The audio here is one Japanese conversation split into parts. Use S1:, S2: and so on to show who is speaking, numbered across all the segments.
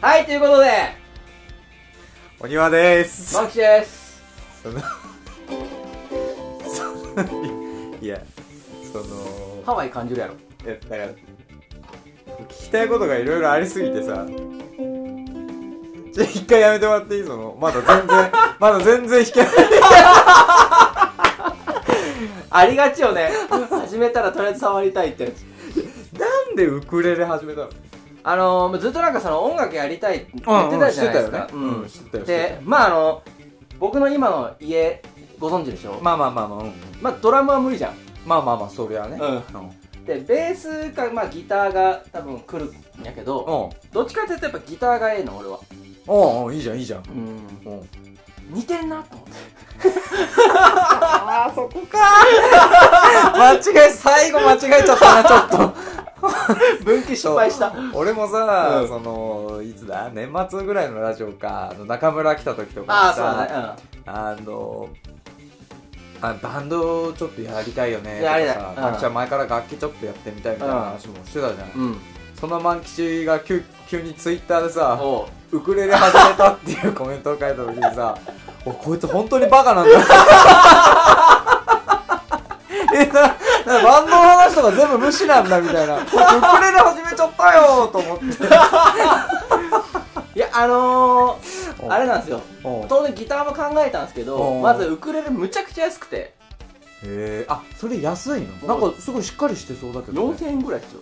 S1: はい、ということで、
S2: お庭です
S1: マキシです。
S2: そのそのいやその
S1: ハワイ感じるやろ。
S2: いやだから聞きたいことがいろいろありすぎてさじゃあ一回やめてもらっていいそのまだ全 然まだ全然弾けない
S1: ありがちよね。始めたらとりあえず触りたいってやつ。
S2: なんでウクレレ始めたの
S1: あのー、ずっとなんかその音楽やりたいって言ってたじゃないですか。
S2: うんうん知ってたよねうん知ってたよ知って
S1: で
S2: た、
S1: まああの、僕の今の家、ご存知でしょ、ま
S2: まあまあまあまあ、うん、
S1: あドラムは無理じゃん。
S2: まあまあまあそりゃね
S1: うんで、ベースか、まあギターが多分来るんやけど、
S2: おう
S1: どっちかっていうとやっぱギターがええの、俺は。
S2: おうおういいじゃんいいじゃん
S1: うん。
S2: おう
S1: 似てんなと思って。
S2: ああそこか間違え最後間違えちゃったなちょっと
S1: 分岐失敗した。
S2: 俺もさ、
S1: うん
S2: そのいつだ年末ぐらいのラジオかあの中村来た時と
S1: あ
S2: か
S1: あ、そう
S2: さ
S1: だね。
S2: あのあバンドちょっとやりたいよねと
S1: やりたい
S2: かさ
S1: うん
S2: マンキちゃん前から楽器ちょっとやってみたいみたいな話もしてたじゃん、
S1: うん。うん。
S2: そのマンキチが急急にツイッターでさ
S1: おう
S2: ウクレレ始めたっていうコメントを書いた時にさおこいつ本当にバカなんだ よえななバンドの話とか全部無視なんだみたいなこいつウクレレ始めちゃったよと思って
S1: いや、あのー、
S2: お
S1: あれなんですよ。
S2: おう
S1: 当然ギターも考えたんですけ
S2: お
S1: ど
S2: う
S1: まずウクレレむちゃくちゃ安くて
S2: へえあそれ安いのなんかすごいしっかりしてそうだけど、ね、
S1: 4000円ぐらいですよ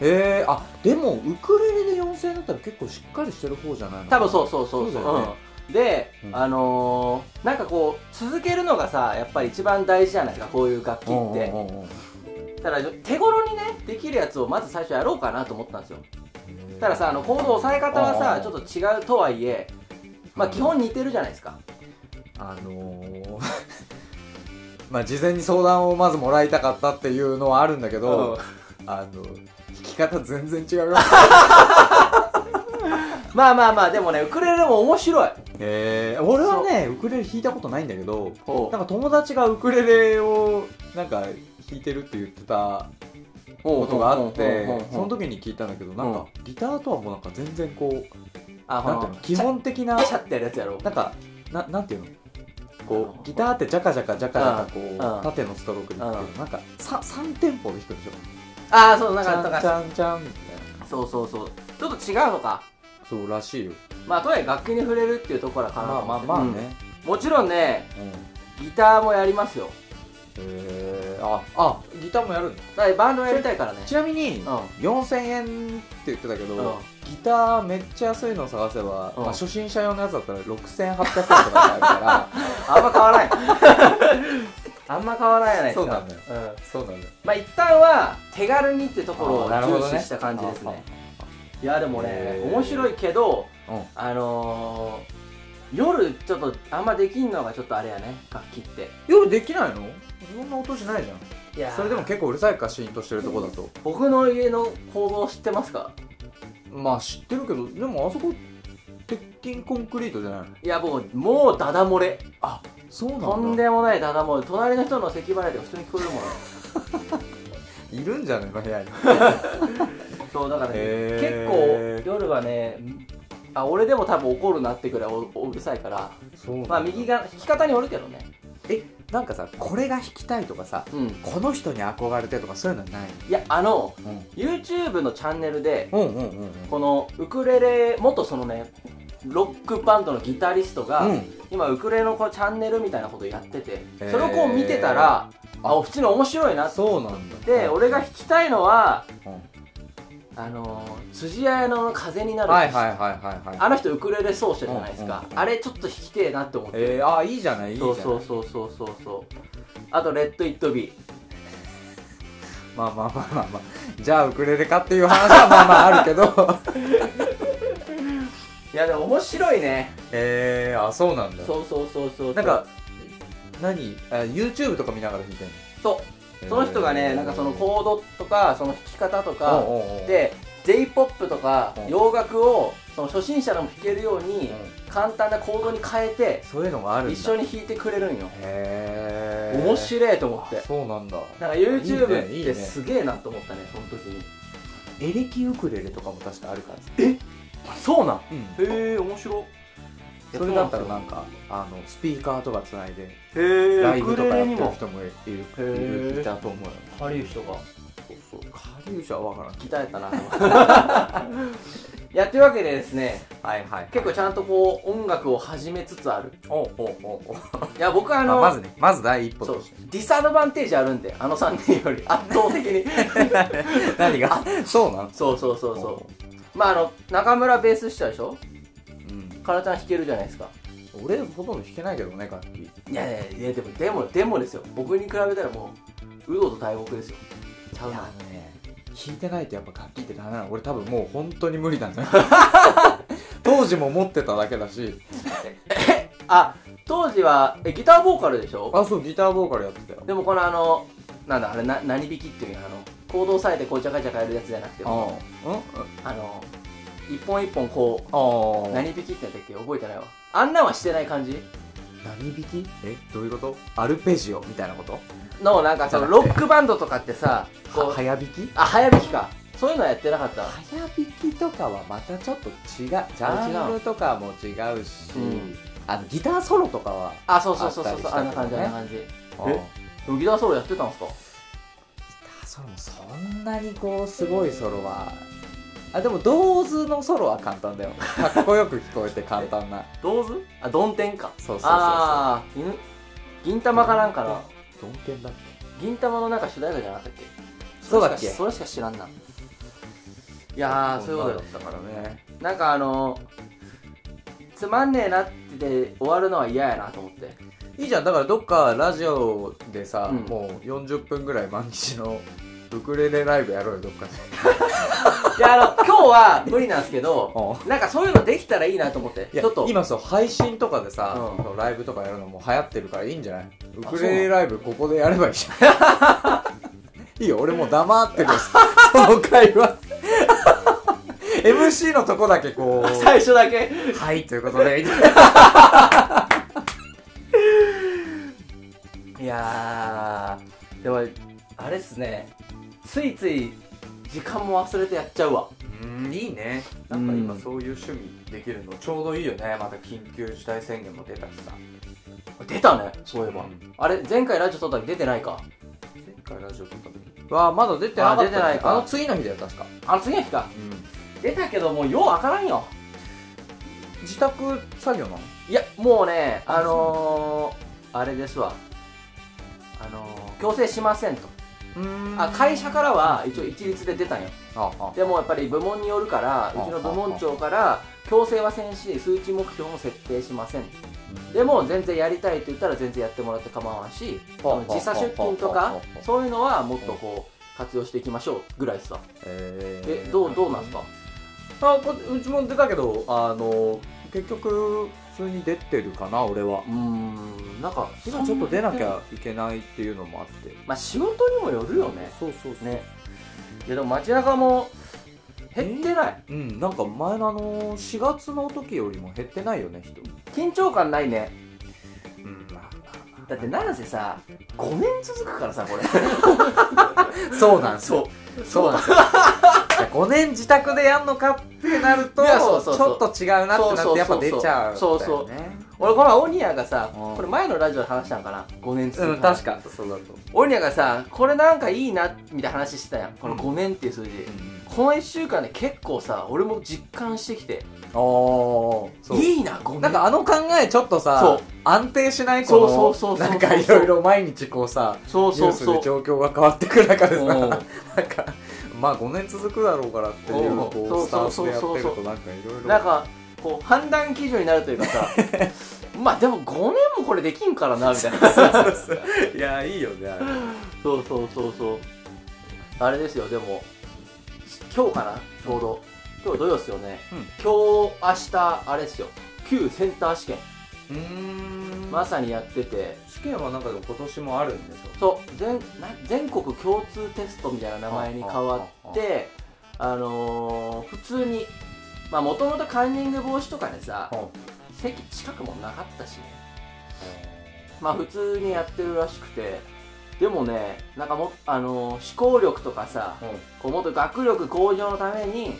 S2: へえあでもウクレレで4000円だったら結構しっかりしてる方じゃないの
S1: 多分そうそうそう
S2: そ
S1: そうう
S2: だよね
S1: うんで、
S2: うん
S1: あのー、なんかこう続けるのがさやっぱり一番大事じゃないですかこういう楽器
S2: おう
S1: っ
S2: お
S1: て
S2: うおうおう
S1: ただ手頃にねできるやつをまず最初やろうかなと思ったんですよたださあのコード押さえ方は
S2: う
S1: さ
S2: ん
S1: ちょっと違うとはいえまあ
S2: うん
S1: 基本似てるじゃないですか
S2: あのー まあ事前に相談をまずもらいたかったっていうのはあるんだけど、あの弾き方全然違う よ
S1: まあまあまあでもねウクレレも面白い
S2: へえ俺はねウクレレ弾いたことないんだけど
S1: おう
S2: なんか友達がウクレレをなんか弾いてるって言ってたことがあって
S1: おうおうおうおうおう
S2: その時に聞いたんだけどなんかギターとはもうなんか全然こう
S1: あほ
S2: なんていうの基本的な
S1: シャってやるやつやろ
S2: なんかななんていうのこ
S1: あの
S2: うギターってジャカジャカジャカジャカこ
S1: うんう
S2: うん縦のストロークで弾くけ
S1: う
S2: どなんか 3, 3テンポで弾くでしょ
S1: ああそうなん
S2: チ
S1: か
S2: ャ
S1: なん
S2: ンチ
S1: か
S2: ャンチャンみたいな
S1: そうそうそうちょっと違うのか
S2: そうらしいよ
S1: まあとはいえ楽器に触れるっていうところかなと
S2: ま
S1: 思
S2: あまあ
S1: って
S2: まあね、
S1: うんもちろんね
S2: うんへ
S1: ギターもやりますよ
S2: えああギターもやるの
S1: だからバンドもやりたいからね
S2: ちなみに、
S1: うん
S2: 4000円って言ってたけど、
S1: うん
S2: ギターめっちゃ安いの探せば、
S1: うん
S2: まあ、初心者用のやつだったら6800円とかであるか
S1: あんま変わらない あんま変わらないやな
S2: ら
S1: いで
S2: そ
S1: す
S2: うなん
S1: か
S2: だよ
S1: うん
S2: そうなんだよ
S1: まあ一旦は手軽にってところ
S2: あ
S1: を
S2: ーなるほどね
S1: 重視した感じですねいやでもね
S2: へー
S1: 面白いけど
S2: うん
S1: あのー、夜ちょっとあんまできんのがちょっとあれやね楽器って
S2: 夜できないのそんな音しないじゃん
S1: いやー
S2: それでも結構うるさいかシーンとしてるとこだと、
S1: 僕の家の構造知ってますか
S2: まあ知ってるけどでもあそこ鉄筋コンクリートじゃないの
S1: いやもうもうダダ漏れ
S2: そうなんだ
S1: とんでもないダダ漏れ隣の人の咳払いとか普通に聞こえるもん
S2: いるんじゃないの部屋に
S1: そうだからね結
S2: へー
S1: 構夜はねあ俺でも多分怒るなってくらいおおうるさいから
S2: そうなんだ
S1: まあ右が弾き方によるけどね
S2: えなんかさこれが弾きたいとかさ
S1: うん
S2: この人に憧れてとかそういうのはない
S1: いやあの
S2: の、
S1: YouTube のチャンネルで
S2: うん、うんうんうんうん
S1: このウクレレ元そのねロックバンドのギタリストが、
S2: うん
S1: 今ウクレレのこうチャンネルみたいなことやってて
S2: へー
S1: それをこう見てたらあ普通に面白いなと
S2: そうなんだ
S1: 思って俺が弾きたいのは
S2: うん
S1: あのー辻彩乃の「風になる」
S2: はいはいはいはいはい
S1: あの人ウクレレ奏者じゃないですか、
S2: うんうん
S1: あれちょっと弾きてえなって思って、
S2: えー、あーいいじゃないいいじゃ
S1: そ
S2: な
S1: う
S2: い
S1: そうそうそうそうそうあと「レッド・イット・ビ
S2: まあまあまあまあまあじゃあウクレレかっていう話はまあまああるけど
S1: ー」いやでも面白いね
S2: えー、あそうなんだ
S1: そうそうそうそう
S2: なんか何あ YouTube とか見ながら弾いてんの
S1: そうその人がねなんかそのコードとかその弾き方と
S2: が
S1: かで j p o p とか
S2: うん
S1: 洋楽をその初心者でも弾けるように簡単なコードに変えて
S2: そういうのがあるんだ
S1: 一緒に弾いてくれるんよ
S2: へー
S1: 面白いと思って
S2: あそうなんだ
S1: なんか
S2: いいねい
S1: YouTube
S2: い
S1: って
S2: ね
S1: すげえなと思ったねその時に
S2: エレキウクレレとかも確かあるからさ
S1: あそうなん
S2: うん
S1: へえ面白いや
S2: それだったら
S1: うな
S2: なんんかあのスピーカーとかつないで
S1: ですよへえ
S2: ライブ
S1: ウク
S2: とか
S1: レ
S2: や
S1: レ
S2: って
S1: に
S2: る
S1: も
S2: 人もいるい
S1: へ
S2: る
S1: ー
S2: いたと思うよ
S1: ハリウッドがそうそう
S2: カリウシは分からん
S1: 鍛えたな やってるわけでですね
S2: はいはい
S1: 結構ちゃんとこう音楽を始めつつある
S2: おおおお
S1: いや僕はあ
S2: あ
S1: の
S2: まずねまず第一歩
S1: そ
S2: と
S1: う
S2: して
S1: ディスアドバンテージあるんで あの3人より圧倒的に
S2: 何がそうなの
S1: そうそうそうそうまああの中村ベースしたでしょ
S2: うん
S1: かなちゃん弾けるじゃないですか
S2: 俺ほとんど弾けないけどね楽器
S1: いやいやいやでもでもでもですよ僕に比べたらもうウドと大木ですよちゃう
S2: いや
S1: な
S2: あのね弾いてないとやっぱ楽器ってダメなの俺多分もう本当に無理なん だよ当時も持ってただけだし
S1: あ当時はえギターボーカルでしょ
S2: あそうギターボーカルやってたよ
S1: でもこのあのなんだあれな何弾きっていうのあの行動さえてこうちゃかちゃかやるやつじゃなくてあ
S2: ああうん
S1: の一本一本こ
S2: あ
S1: う
S2: あ
S1: 何弾きってやったっけ覚えてないわあんなんはしてない感じ
S2: 何弾きえどういうことアルペジオみたいなこと
S1: のなんかそのロックバンドとかってさこ
S2: は
S1: う
S2: 早弾き
S1: あ早弾きかそういうのはやってなかった
S2: 早弾きとかはまたちょっと違うジ
S1: 違
S2: ャ
S1: う
S2: ンルとかも違うし、
S1: うん
S2: あのギターソロとかは
S1: あそうそうそうそうそうあ
S2: あ
S1: ん
S2: ったりし
S1: な感じ
S2: たけどね
S1: あんな感じで
S2: ああギ
S1: もギターソロやってたんですか
S2: ターソロもそんなにこうすごいソロはあでもドーズのソロは簡単だよかっこよく聞こえて簡単な
S1: どうずあどん天か
S2: そうそうそうそう
S1: ああー銀銀玉かなんかな
S2: ドンケンだっけ
S1: 銀玉のなんか主題歌じゃなかったっけ
S2: そうだっけ
S1: それしか知らんないやーそういうことよ
S2: だったからね
S1: なんかあのつまんねえなって終わるのは嫌やなと思って
S2: いいじゃんだからどっかラジオでさ、
S1: うん
S2: もう40分ぐらい満喫のウクレレライブやろうよどっかで
S1: いやあの 今日は無理なんですけど
S2: あ
S1: なんかそういうのできたらいいなと思って
S2: い
S1: ち
S2: や
S1: ょっと
S2: 今そう配信とかでさ、
S1: う
S2: ライブとかやるのも流行ってるからいいんじゃないウクレレライブここでやればいいじゃん いいよ俺もう黙ってるよその会話 MC のとこだけこ う
S1: 最初だけ
S2: はいということでみたいない
S1: やーでもあれっすねついつい時間も忘れてやっちゃうわ
S2: うんいいね
S1: なんか今そう
S2: いう趣味できるのちょうどいいよねまた緊急事態宣言も出たしさ
S1: 出たねそういえば、
S2: うん
S1: あれ前回ラジオ撮った時出てないか
S2: 前回ラジオ撮った時わあまだ出てなかった
S1: あ出てないか
S2: あの次の日だよ確か
S1: あの次の日か出たけどもうようわからんよ
S2: 自宅作業なの
S1: いやもうねあのー、あれですわあのー、強制しませんとあ会社からは一応一律で出たんよ
S2: ああ
S1: でもやっぱり部門によるからうちの部門長から強制はせんし数値目標も設定しませんでも全然やりたいと言ったら全然やってもらって構わんし
S2: ほうほう
S1: 時差出勤と
S2: ほうほ
S1: か
S2: うほう
S1: そういうのはもっとこう活用していきましょうぐらいですわ
S2: え
S1: えどうどうなんですか
S2: あこうちも出たけどあの結局普通に出てるかな俺は
S1: うーんなんか
S2: 今ちょっと出なきゃいけないっていうのもあって
S1: まあ仕事にもよるよね
S2: そうそうそう
S1: ねいやでも街中も減ってない
S2: うんなんか前のあの4月の時よりも減ってないよね人
S1: 緊張感ないね
S2: うん
S1: だってなんせさ5年続くからさ これ
S2: そうなんですよ
S1: そう
S2: そうなんですよ5年自宅でやんのかってなると
S1: いやそうそう
S2: ち
S1: そ
S2: ょ
S1: う
S2: っと違うなってなってやっぱ出ちゃうんだよね
S1: そうそう俺この前オニアがさ
S2: うん
S1: これ前のラジオで話したんかな5年続
S2: う
S1: く
S2: ん
S1: 話
S2: 確かそうだと
S1: オニアがさこれなんかいいなみたいな話してたやんこの
S2: うん
S1: 5年っていう数字、この1週間で結構さ俺も実感してきて
S2: おーそう
S1: いいな5年
S2: なんかあの考えちょっ
S1: そ
S2: と
S1: う
S2: さ安定しない
S1: そう
S2: こ
S1: そうそう
S2: の
S1: そう
S2: なんかいろいろ毎日こうさ
S1: そう
S2: ニュ
S1: そう
S2: ース
S1: そ
S2: で
S1: う
S2: 状況が変わってく中でさ
S1: うん
S2: なんかまあ5年続くだろうからっていう
S1: うん
S2: こうスタンスでやって
S1: そうそう
S2: る
S1: そうそ
S2: となんかいろいろ
S1: なんかこう判断基準になるというか さまあでも5年もこれできんからなみたいな
S2: そうそう そういやいいよねあれ
S1: そうそうそうそうあれですよでも今日かなちょうど今日土曜っすよね、
S2: うん
S1: 今日明日あれですよ旧センター試験
S2: うーん
S1: まさにやってて
S2: 試験はなんかでも今年もあるんでし
S1: そう全な全国共通テストみたいな名前に変わってあのー、普通にまあもともとカンニング防止とかでさ
S2: ょ
S1: 席近くもなかったしねまあ普通にやってるらしくてでもねなんかも、あのー思考力とかさこうもっと学力向上のために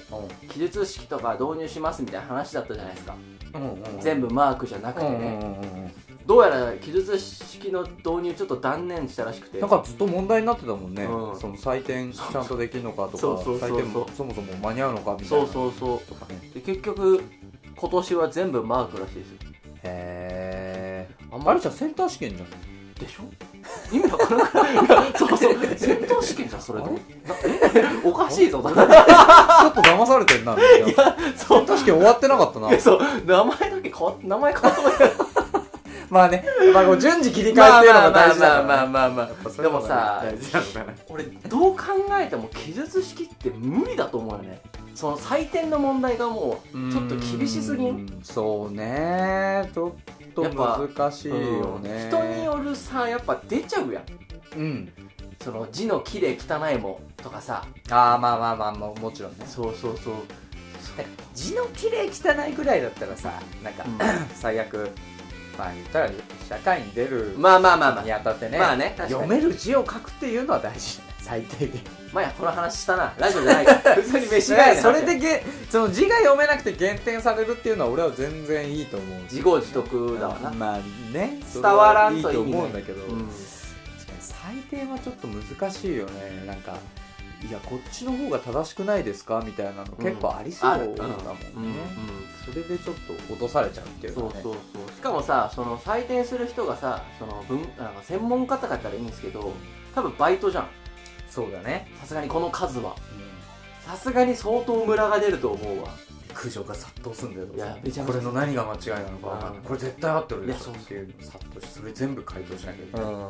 S1: 記述式とか導入しますみたいな話だったじゃないですか、全
S2: 部
S1: 部マークじゃなくてね、どうやら記述式の導入ちょっと断念したらしくて
S2: なんかずっと問題になってたもんね、
S1: うん
S2: その採点ちゃんとできるのかとか
S1: そうそうそうそう
S2: 採点もそもそも間に合うのかみたい
S1: そ
S2: な
S1: うそうそ
S2: とかね
S1: うで結局今年は全部マークらしいですよ
S2: へえ
S1: あん
S2: あ
S1: ま
S2: れ
S1: り
S2: じゃんセンター試験じゃん
S1: でしょ意味わからない そうそう戦闘試験じゃんそれ
S2: あ
S1: と
S2: れ
S1: なえ おかしいぞだ
S2: ちょっと騙されてんなみたいな
S1: そう
S2: 確かに終わってなかったな
S1: えそう名前だけ変わっ名前変わってもらえ
S2: まあね、まあ、こう順次切り替えっていうのが大事だから、ね、
S1: まあまあまあまあまあまあ
S2: やっぱそういうのがね
S1: でもさ
S2: 大事なのかな
S1: 俺どう考えても記述式って無理だと思うよねその採点の問題がもうちょっと厳しすぎん
S2: うんそうねちょっと
S1: やっぱ
S2: 難しいよね
S1: 人によるさやっぱ出ちゃうやん
S2: うん
S1: その字の綺麗汚いもとかさ
S2: ああまあまあまあももちろんね
S1: そうそうそう
S2: 字の綺麗汚いぐらいだったらさなんか、
S1: うん
S2: 最悪まあ言ったら社会に出る
S1: まあまあまあまあ
S2: にあたってね,、
S1: まあね確か
S2: 読
S1: に
S2: める字を書くっていうのは大事最低限
S1: 前この話したなラジオじゃない 普通に飯が
S2: それでげその字が読めなくて減点されるっていうのは俺は全然いいと思う
S1: 自業自得だわな、
S2: まあね
S1: 伝わらん
S2: そ
S1: と
S2: れ
S1: 意
S2: は
S1: 味な
S2: いいと
S1: い
S2: 思うんだけど、
S1: うん
S2: 確かに採点はちょっと難しいよねなんかいやこっちの方が正しくないですかみたいなの結構ありそうだもんね、
S1: うんうん
S2: それでちょっと落とされちゃうっていう
S1: そう
S2: かね
S1: そうそうしかもさその採点する人がさその文なんか専門家とかだったらいいんですけど多分バイトじゃん
S2: そうだね、
S1: さすがにこの数はさすがに相当ムラが出ると思うわ
S2: 苦情が殺到すんだよ
S1: いやめちゃめちゃ
S2: これの何が間違いなのかわかんない
S1: うん
S2: これ絶対合ってるでし
S1: い
S2: ょ
S1: やそうそう
S2: っていうのを殺到してそれ全部回答しなきゃいけない
S1: うん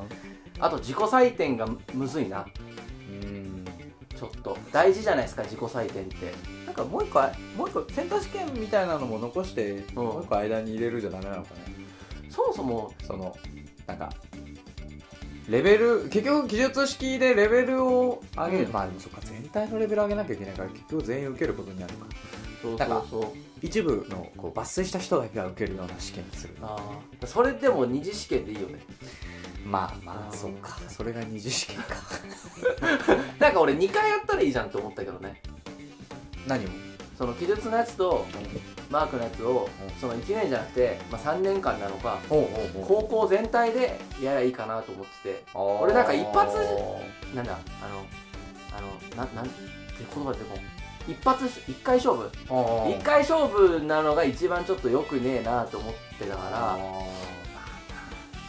S1: あと自己採点がむむずいな
S2: うん
S1: ちょっと大事じゃないですか自己採点って
S2: なんかもう一個あもう一個センター試験みたいなのも残して、もう一個間に入れるじゃダメなのかね
S1: そもそも
S2: そのなんかレベル結局技術式でレベルを上げる、
S1: うん
S2: まあでもそっか全体のレベル上げなきゃいけないから結局全員受けることになるか
S1: そう
S2: だ
S1: そ
S2: から
S1: うそう
S2: 一部のこう抜粋した人だけが受けるような試験にする
S1: あーそれでも二次試験でいいよね
S2: まあま
S1: あ
S2: あ
S1: ー
S2: そうかそれが二次試験 か
S1: なんか俺2回やったらいいじゃんと思ったけどね
S2: 何を
S1: その記述のやつとマークのやつを
S2: うん
S1: その1年じゃなくて、まあ、3年間なのか
S2: おうおう
S1: 高校全体でやりゃいいかなと思ってて
S2: お
S1: 俺なんか一発なんだあのあのななんて言葉でも一発し一回勝負一回勝負なのが一番ちょっと良くねえなと思ってたから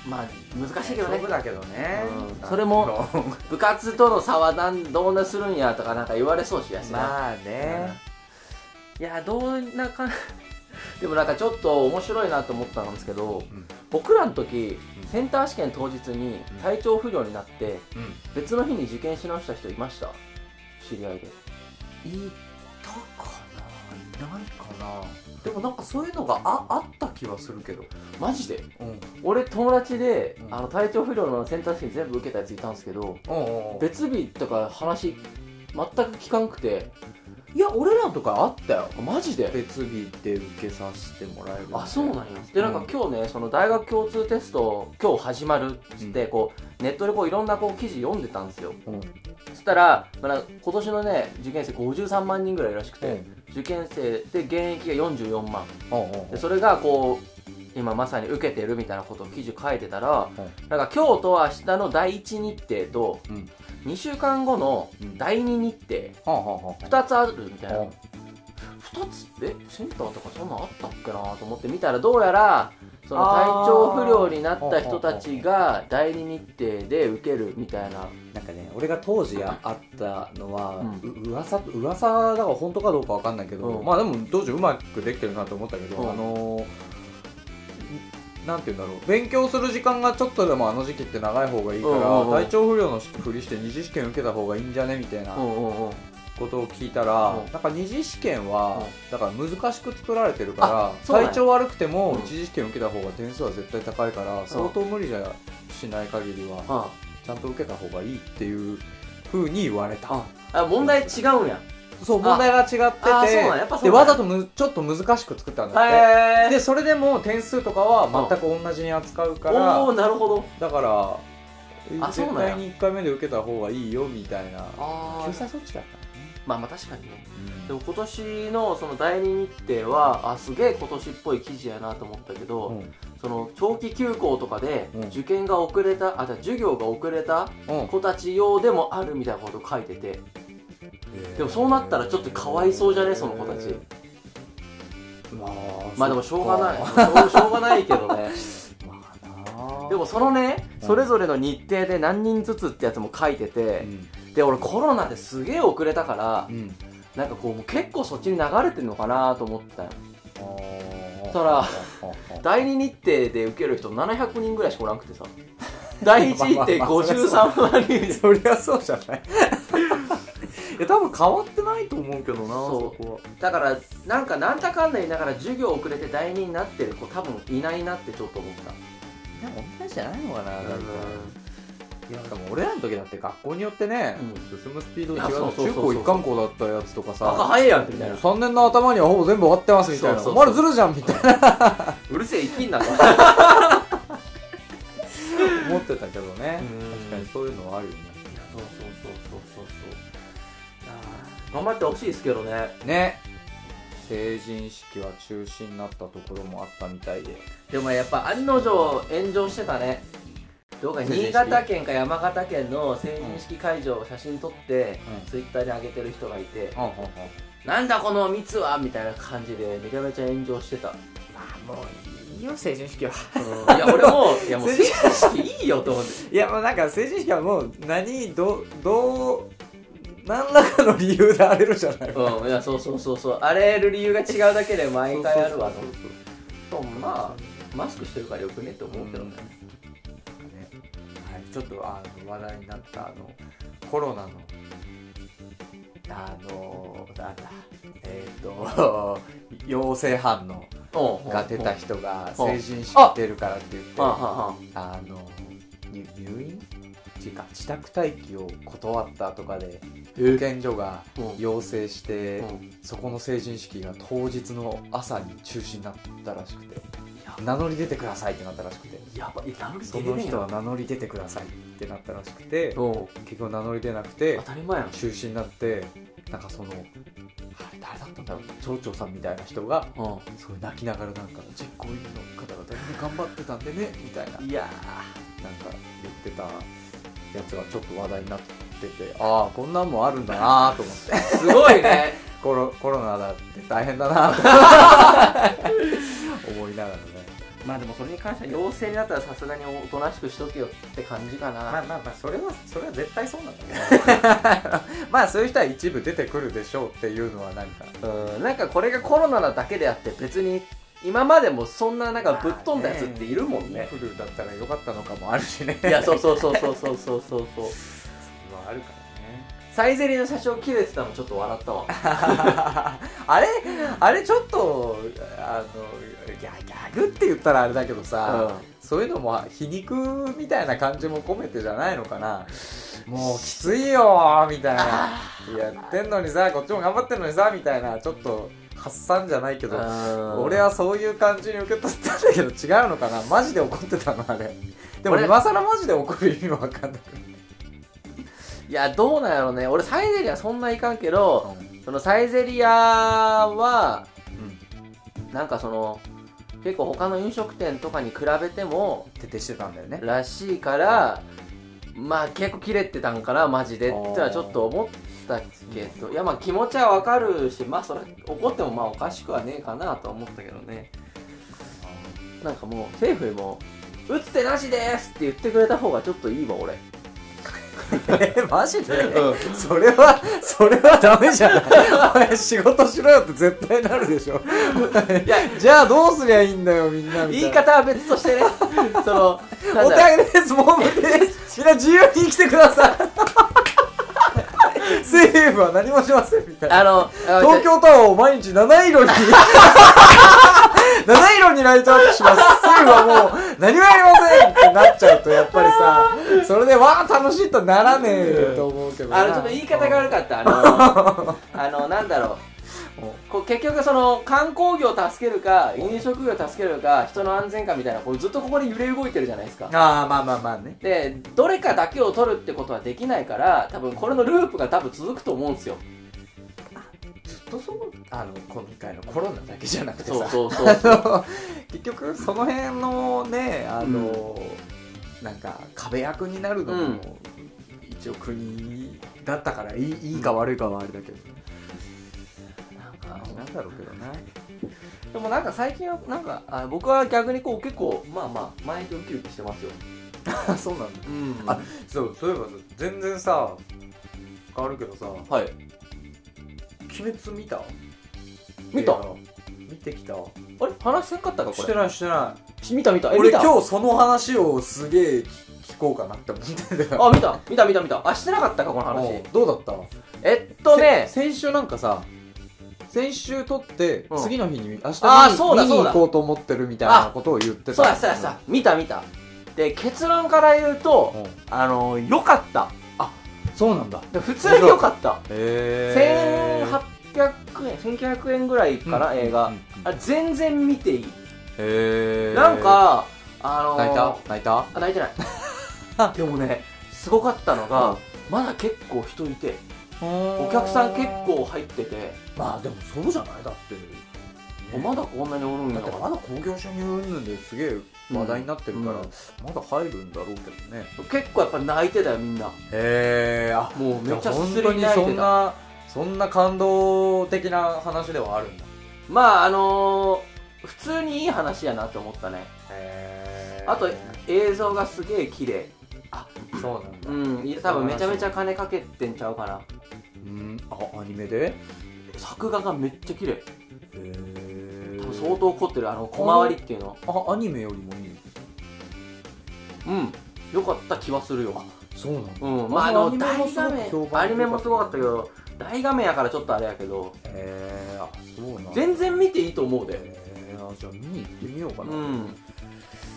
S1: まあ難しいけどね
S2: 勝負だけどね
S1: うんそれも部活との差はなんどうなするんやとかなんか言われそうしやしな、
S2: まあね
S1: いやどんな かでもなんかちょっと面白いなと思ったんですけど、
S2: ん
S1: 僕らの時
S2: うん
S1: センター試験当日に
S2: うん
S1: 体調不良になって
S2: うん
S1: 別の日に受験し直した人いました知り合いで
S2: いたかないないかなでもなんかそういうのがああった気はするけど、
S1: マジで
S2: うん、うん
S1: 俺友達で、
S2: うん
S1: あの体調不良のセンター試験全部受けたやついたんですけど
S2: うんで
S1: 別日とか話全く聞かんくて
S2: いや俺らのとかあったよ
S1: あマジで
S2: 別日で受けさせてもらえる
S1: あそうなんや
S2: う
S1: で
S2: ん
S1: なんか今日ねその大学共通テスト今日始まるっつって、こうネットでこういろんなこう記事読んでたんですよ
S2: うん
S1: そしたら、まあなんか今年のね受験生53万人ぐらいらしくて、
S2: うん
S1: 受験生で現役が44万
S2: うんうん
S1: でそれがこう今まさに受けてるみたいなことを記事書いてたら、
S2: い
S1: なんか今日と明日の第一日程と
S2: うん
S1: 2週間後の
S2: うん
S1: 第二日程、
S2: はあはあは
S1: 2つあるみたいな、
S2: あ
S1: 2つえセンターとかそんなんあったっけなと思って見たらどうやらその体調不良になった人たちが第二日程で受けるみたいな
S2: なんかね俺が当時あったのは、
S1: うん
S2: う噂噂だから本当かどうかわかんないけど、
S1: うん
S2: まあでも当時うまくできてるなと思ったけど、
S1: うん
S2: あのーなんて言うんだろう勉強する時間がちょっとでもあの時期って長い方がいいから、
S1: うんうんうん
S2: 体調不良のふりして二次試験受けた方がいいんじゃねみたいな
S1: うんうんうん
S2: ことを聞いたら、
S1: うん
S2: なんか二次試験は、だから難しく作られてる
S1: あ
S2: か
S1: そう
S2: ら
S1: なんや
S2: 体調悪くても
S1: うん
S2: 一次試験受けた方が点数は絶対高いから、相当無理じゃしない限りは、
S1: あ
S2: ちゃんと受けた方がいいっていう風に言われた
S1: あ問題違うんや
S2: そう
S1: あ
S2: 問題が違
S1: あ
S2: っ
S1: そうなんや
S2: て
S1: やっぱそ
S2: てで
S1: うなんや
S2: わざとむちょっと難しく作ったんだって
S1: へ
S2: でそれでも点数とかは全く同じに扱うから
S1: おおなるほど
S2: だから
S1: あそうなんや
S2: 絶対に1回目で受けた方がいいよみたいな
S1: あ
S2: 救
S1: あ
S2: 済措置だったね
S1: まあまあ確かにね
S2: うん
S1: でも今年のその第二日程はあすげえ今年っぽい記事やなと思ったけど、
S2: うん
S1: その長期休校とかで
S2: うん
S1: 受験が遅れた、あじゃあ授業が遅れた
S2: うん
S1: 子たち用でもあるみたいなこと書いててでもそうなったらちょっとかわいそうじゃねその子たち
S2: まあ
S1: まあでもしょうがない
S2: そっか
S1: しょうしょうがないけどね
S2: まあな
S1: でもそのね
S2: うん
S1: それぞれの日程で何人ずつってやつも書いて
S2: う
S1: て、
S2: ん
S1: で俺コロナですげえ遅れたから
S2: う、ん
S1: なんかこうもう結構そっちに流れてんのかなと思ったよ
S2: あ
S1: そら
S2: ー
S1: 第二日程で受ける人700人ぐらいしかおらんくてさ第一日程53万人
S2: そりゃそうじゃない いや多分変わってないと思うけどな
S1: そう
S2: そこは
S1: だからなんかなんだかんだ言いながら授業遅れて第二になってる子多分いないなってちょっと思った
S2: でも同じじゃないのかな、
S1: うん
S2: いやでも俺らの時だって学校によってね、進むスピード違
S1: い
S2: う
S1: やそうそうそうそ
S2: 中
S1: う
S2: 高一貫校だったやつとか
S1: バカ
S2: さ
S1: 早いやんみたいな
S2: 3年の頭にはほぼ全部終わってますみたいな
S1: そうそうそう
S2: お前らずるじゃんみたい な
S1: うるせえ生きんなと
S2: 思ってたけどね
S1: うん
S2: 確かにそういうのはあるよね
S1: そうそうそうそうそう頑張ってほしいですけどね
S2: ね成人式は中止になったところもあったみたいで
S1: でもやっぱ案の定炎上してたねどうか
S2: 成人式
S1: 新潟県か山形県の成人式会場を写真撮って、ツイッターに上げてる人がいて、
S2: うんうんうん
S1: なんだこの密はみたいな感じでめちゃめちゃ炎上してた、
S2: もういいよ成人式はい
S1: や俺もいやもう成人式いいよと思って
S2: いやもうなんか成人式はもう何どどう何らかの理由で荒れるじゃない
S1: うん、いやそうそうそうそう荒れる理由が違うだけで毎回あるわと
S2: そうそうそう
S1: でもまあマスクしてるからよくねって思うけどね、
S2: ねはい、ちょっとあの話題になったあのコロナのあのなんだえっ、と陽性反応
S1: うん
S2: が出た人
S1: う
S2: が
S1: ん
S2: 成人式出るからって言って
S1: はんはん
S2: あ
S1: はん
S2: の入入院っていうか自宅待機を断ったとかで保健所が
S1: うん
S2: 要請して、
S1: うん
S2: そこの成人式が当日の朝に中止になったらしくて名乗り出てくださいってなったらしくて
S1: やばいやなんで
S2: そ
S1: 出れ
S2: の
S1: ねえ
S2: 人
S1: よ
S2: は名乗り出てくださいってなったらしくて
S1: うん
S2: 結局名乗り出なくて
S1: 当たり前やん
S2: 中止になってなんかそのあれ誰だったんだろう町長さんみたいな人が
S1: う
S2: すごい泣きながらなんか実行委員の方々みんな頑張ってたんでねみたいななん
S1: いや
S2: か言ってたやつがちょっと話題になっててああこんなんもあるんだなーと思って
S1: すごいね
S2: コロコロナだって大変だなと思いながらね
S1: まあでもそれに関しては陽性になったらさすがにおとなしくしとけよって感じかな、
S2: まあまあそれはそれは絶対そうなんだけど まあそういう人は一部出てくるでしょうっていうのは何か
S1: うんなんかこれがコロナなだけであって別に今までもそんななんかぶっ飛んだやつっているもんね
S2: フルだったら良かったのかもあるしね
S1: いやそうそうそうそうそうそうそうそう
S2: まああるから
S1: サイゼリの社長切れてたのちょっと笑ったわ
S2: ね あれあれちょっとあのギャギャグって言ったらあれだけどさ、そういうのも皮肉みたいな感じも込めてじゃないのかなもうきついよーみたいなやってんのにさこっちも頑張ってんのにさみたいなちょっと発散じゃないけど俺
S1: 俺
S2: はそういう感じに受け取ったんだけど違うのかなマジで怒ってたのあれでも
S1: 俺
S2: 今更マジで怒る意味わかんない
S1: いやどうなんやろうね俺サイゼリアそんないかんけど、そのサイゼリアはなんかその結構他の飲食店とかに比べても
S2: 徹底してたんだよね
S1: らしいからまあ結構切れてたんかなマジでってのはちょっと思ったけどいやまあ気持ちはわかるしまあそれ怒ってもまあおかしくはねえかなとは思ったけどねなんかもう政府にも「打つ手なしです!」って言ってくれた方がちょっといいわ俺
S2: えマジで、
S1: う
S2: それはそれはダメじゃないお前仕事しろよって絶対なるでしょ
S1: いや
S2: じゃあどうすりゃいいんだよみんなみた
S1: 言い
S2: いな
S1: 方は別と してねそのなん
S2: お
S1: だろう
S2: 手上げですモブ ですみんな自由に生きてください政府は何もしませんみたいな
S1: あの
S2: 東京タワーを毎日七色に 七色にライトアップします政府はもう何もやりませんってなっちゃうとやっぱりさそれでわあ楽しいとならねえと思うけどな
S1: あのちょっと言い方が悪かったあのあのなんだろうこう結局その観光業を助けるか飲食業を助けるか人の安全かみたいなこうずっとここで揺れ動いてるじゃないですか
S2: ああまあまあまあね
S1: でどれかだけを取るってことはできないから多分これのループが多分続くと思うんですよ
S2: ずっとそのあの今回のコロナだけじゃなくてさ
S1: そうそうそうそう
S2: あの 結局その辺のねあの、なんか壁役になるのも、
S1: うん
S2: 一応国だったからいいいいか悪いかはあれだけど、
S1: なんか
S2: なんだろうけどな
S1: でもなんか最近はなんかあ僕は逆にこう結構まあまあ毎日ウキウキしてますよ
S2: あ そうなんだ
S1: うん
S2: あそうそういえばさ全然さ変わるけどさ「
S1: はい
S2: 鬼滅」見た
S1: 見た
S2: 映画見てきた
S1: あれ話せんかったかこ
S2: してないしてな
S1: れ見た見た
S2: い
S1: え
S2: 俺
S1: 見た
S2: 今日その話をすげえ聞こうかなって思ってたよ
S1: あ見た見た見た見たあしてなかったかこの
S2: う
S1: 話
S2: んどうだった
S1: えっとね
S2: せ先週なんかさ先週撮って、
S1: うん
S2: 次の日に明日見に
S1: あーそうだ
S2: 見に
S1: そう
S2: 行
S1: だ
S2: こうと思ってるみたいなことを言ってた
S1: そうやそうやそうや見た見たで結論から言うと
S2: うん
S1: あの良かった
S2: そうなんだ
S1: で普通に良かった
S2: へえ
S1: 1800円1900円ぐらいかな、映画、あ
S2: へ
S1: れ全然見ていい、
S2: え
S1: なんかあのー
S2: 泣いた泣いた
S1: あ泣いてない でもねすごかったのが、まだ結構人いてお
S2: お
S1: 客さん結構入ってて、
S2: まあでもそうじゃないだって、
S1: おまだこんなにおるん
S2: だ
S1: や
S2: ってまだ興行収入云々ですげえ話題になってるから、
S1: うん
S2: まだ入るんだろうけどね
S1: 結構やっぱ泣いてたよみんな
S2: へえあ
S1: もうめっち
S2: じ
S1: ゃ
S2: ゃあ
S1: す
S2: 本
S1: す
S2: 当
S1: り
S2: に
S1: 泣い
S2: そ
S1: て
S2: ん
S1: た
S2: なそんな感動的な話ではあるんだ
S1: まああのー、普通にいい話やなって思ったね
S2: へ
S1: あと映像がすげえ綺麗
S2: そうなんだ
S1: うんい多分めちゃめちゃ金かけてんちゃうかな
S2: うんあアニメでへ
S1: 作画がめっちゃ綺麗
S2: え
S1: 多分相当怒ってるあの小回りっていうの
S2: あアニメよりもいい
S1: うん良かった気はするよ
S2: そうなんだ
S1: うんまああの
S2: アニメも
S1: 大
S2: すご
S1: 画
S2: く評
S1: 面
S2: 判
S1: アニメもすごかったけど大画面やからちょっとあれやけど
S2: へえあそうなんだ
S1: 全然見ていいと思うで
S2: へーあじゃあ見に行ってみようか
S1: う
S2: な、
S1: ん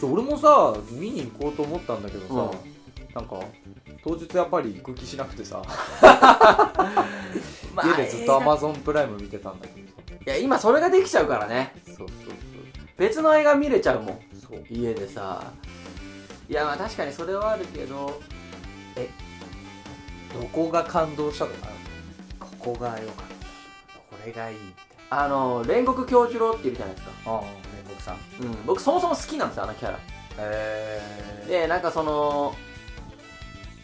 S2: ちょ俺もさ見に行こうと思ったんだけどさ、
S1: う
S2: なんか当日やっぱり行く気しなくてさ
S1: ま
S2: 家でずっとアマゾンプライム見てたんだけどさ
S1: いや今それができちゃうからね
S2: そうそ
S1: 別の映画見れちゃうもん
S2: うそうそう
S1: 家でさいやまあ確かにそれはあるけど
S2: どこが感動したのかなここが良かったこれがいいって
S1: あの煉獄杏寿郎っているじゃないですか
S2: ああ煉獄さんへ
S1: うん僕そもそも好きなんですよあのキャラ
S2: え
S1: でなんかその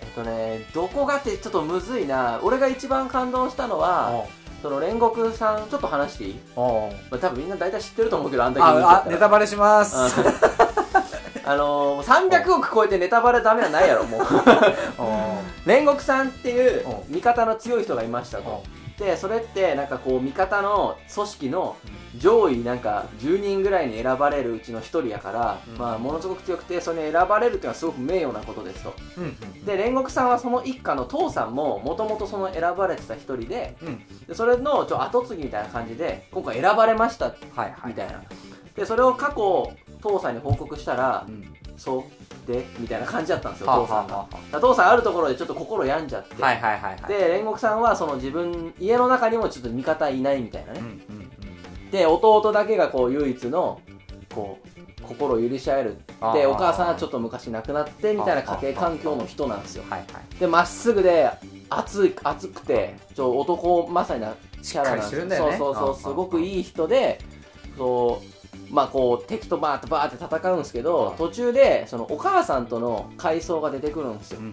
S1: えっとねどこがってちょっとむずいな俺が一番感動したのは
S2: あ
S1: その煉獄さんちょっと話していい、
S2: あ
S1: まあ、多分みんな大体知ってると思うけどあんだけ見ちゃ
S2: あ
S1: っ
S2: あ
S1: た
S2: ネ
S1: ら
S2: タバレしますあ
S1: うん あのー、300億超えてネタバレダメはないやろもう
S2: あ
S1: 煉獄さんっていう
S2: う
S1: 味方の強い人がいましたとでそれってなんかこう味方の組織の上位なんか10人ぐらいに選ばれるうちの1人やから、
S2: うん
S1: まあ、ものすごく強くてそれに選ばれるっていうのはすごく名誉なことですと
S2: うんうん
S1: で煉獄さんはその一家の父さんももともとその選ばれてた1人で
S2: うん
S1: でそれのちょ後継ぎみたいな感じで今回選ばれました
S2: はいは
S1: み
S2: い
S1: たいなでそれを過去父さんに報告したら
S2: うん
S1: そうでみたいな感じだったんですよ
S2: はあ
S1: 父
S2: は
S1: さ
S2: あ
S1: んが
S2: は
S1: だから父さんあるところでちょっと心病んじゃって、
S2: あはいはいはいはい
S1: で煉獄さんはその自分家の中にもちょっと味方いないみたいなね
S2: うん、うんうん
S1: で弟だけがこう唯一のこう心を許し合える
S2: あ
S1: で
S2: ー
S1: お母さんはちょっと昔亡くなってみたいな家庭環境の人なんですよ
S2: はいはい
S1: でまっすぐで熱い熱くてちょ男まさになキャラなんです
S2: しっかりしてるんだよね
S1: そうそう
S2: あ
S1: そ
S2: ー
S1: うすごくいい人でそうまあこう敵とバーってバーって戦うんですけど途中でそのお母さんとの回想が出てくるんですよ
S2: うん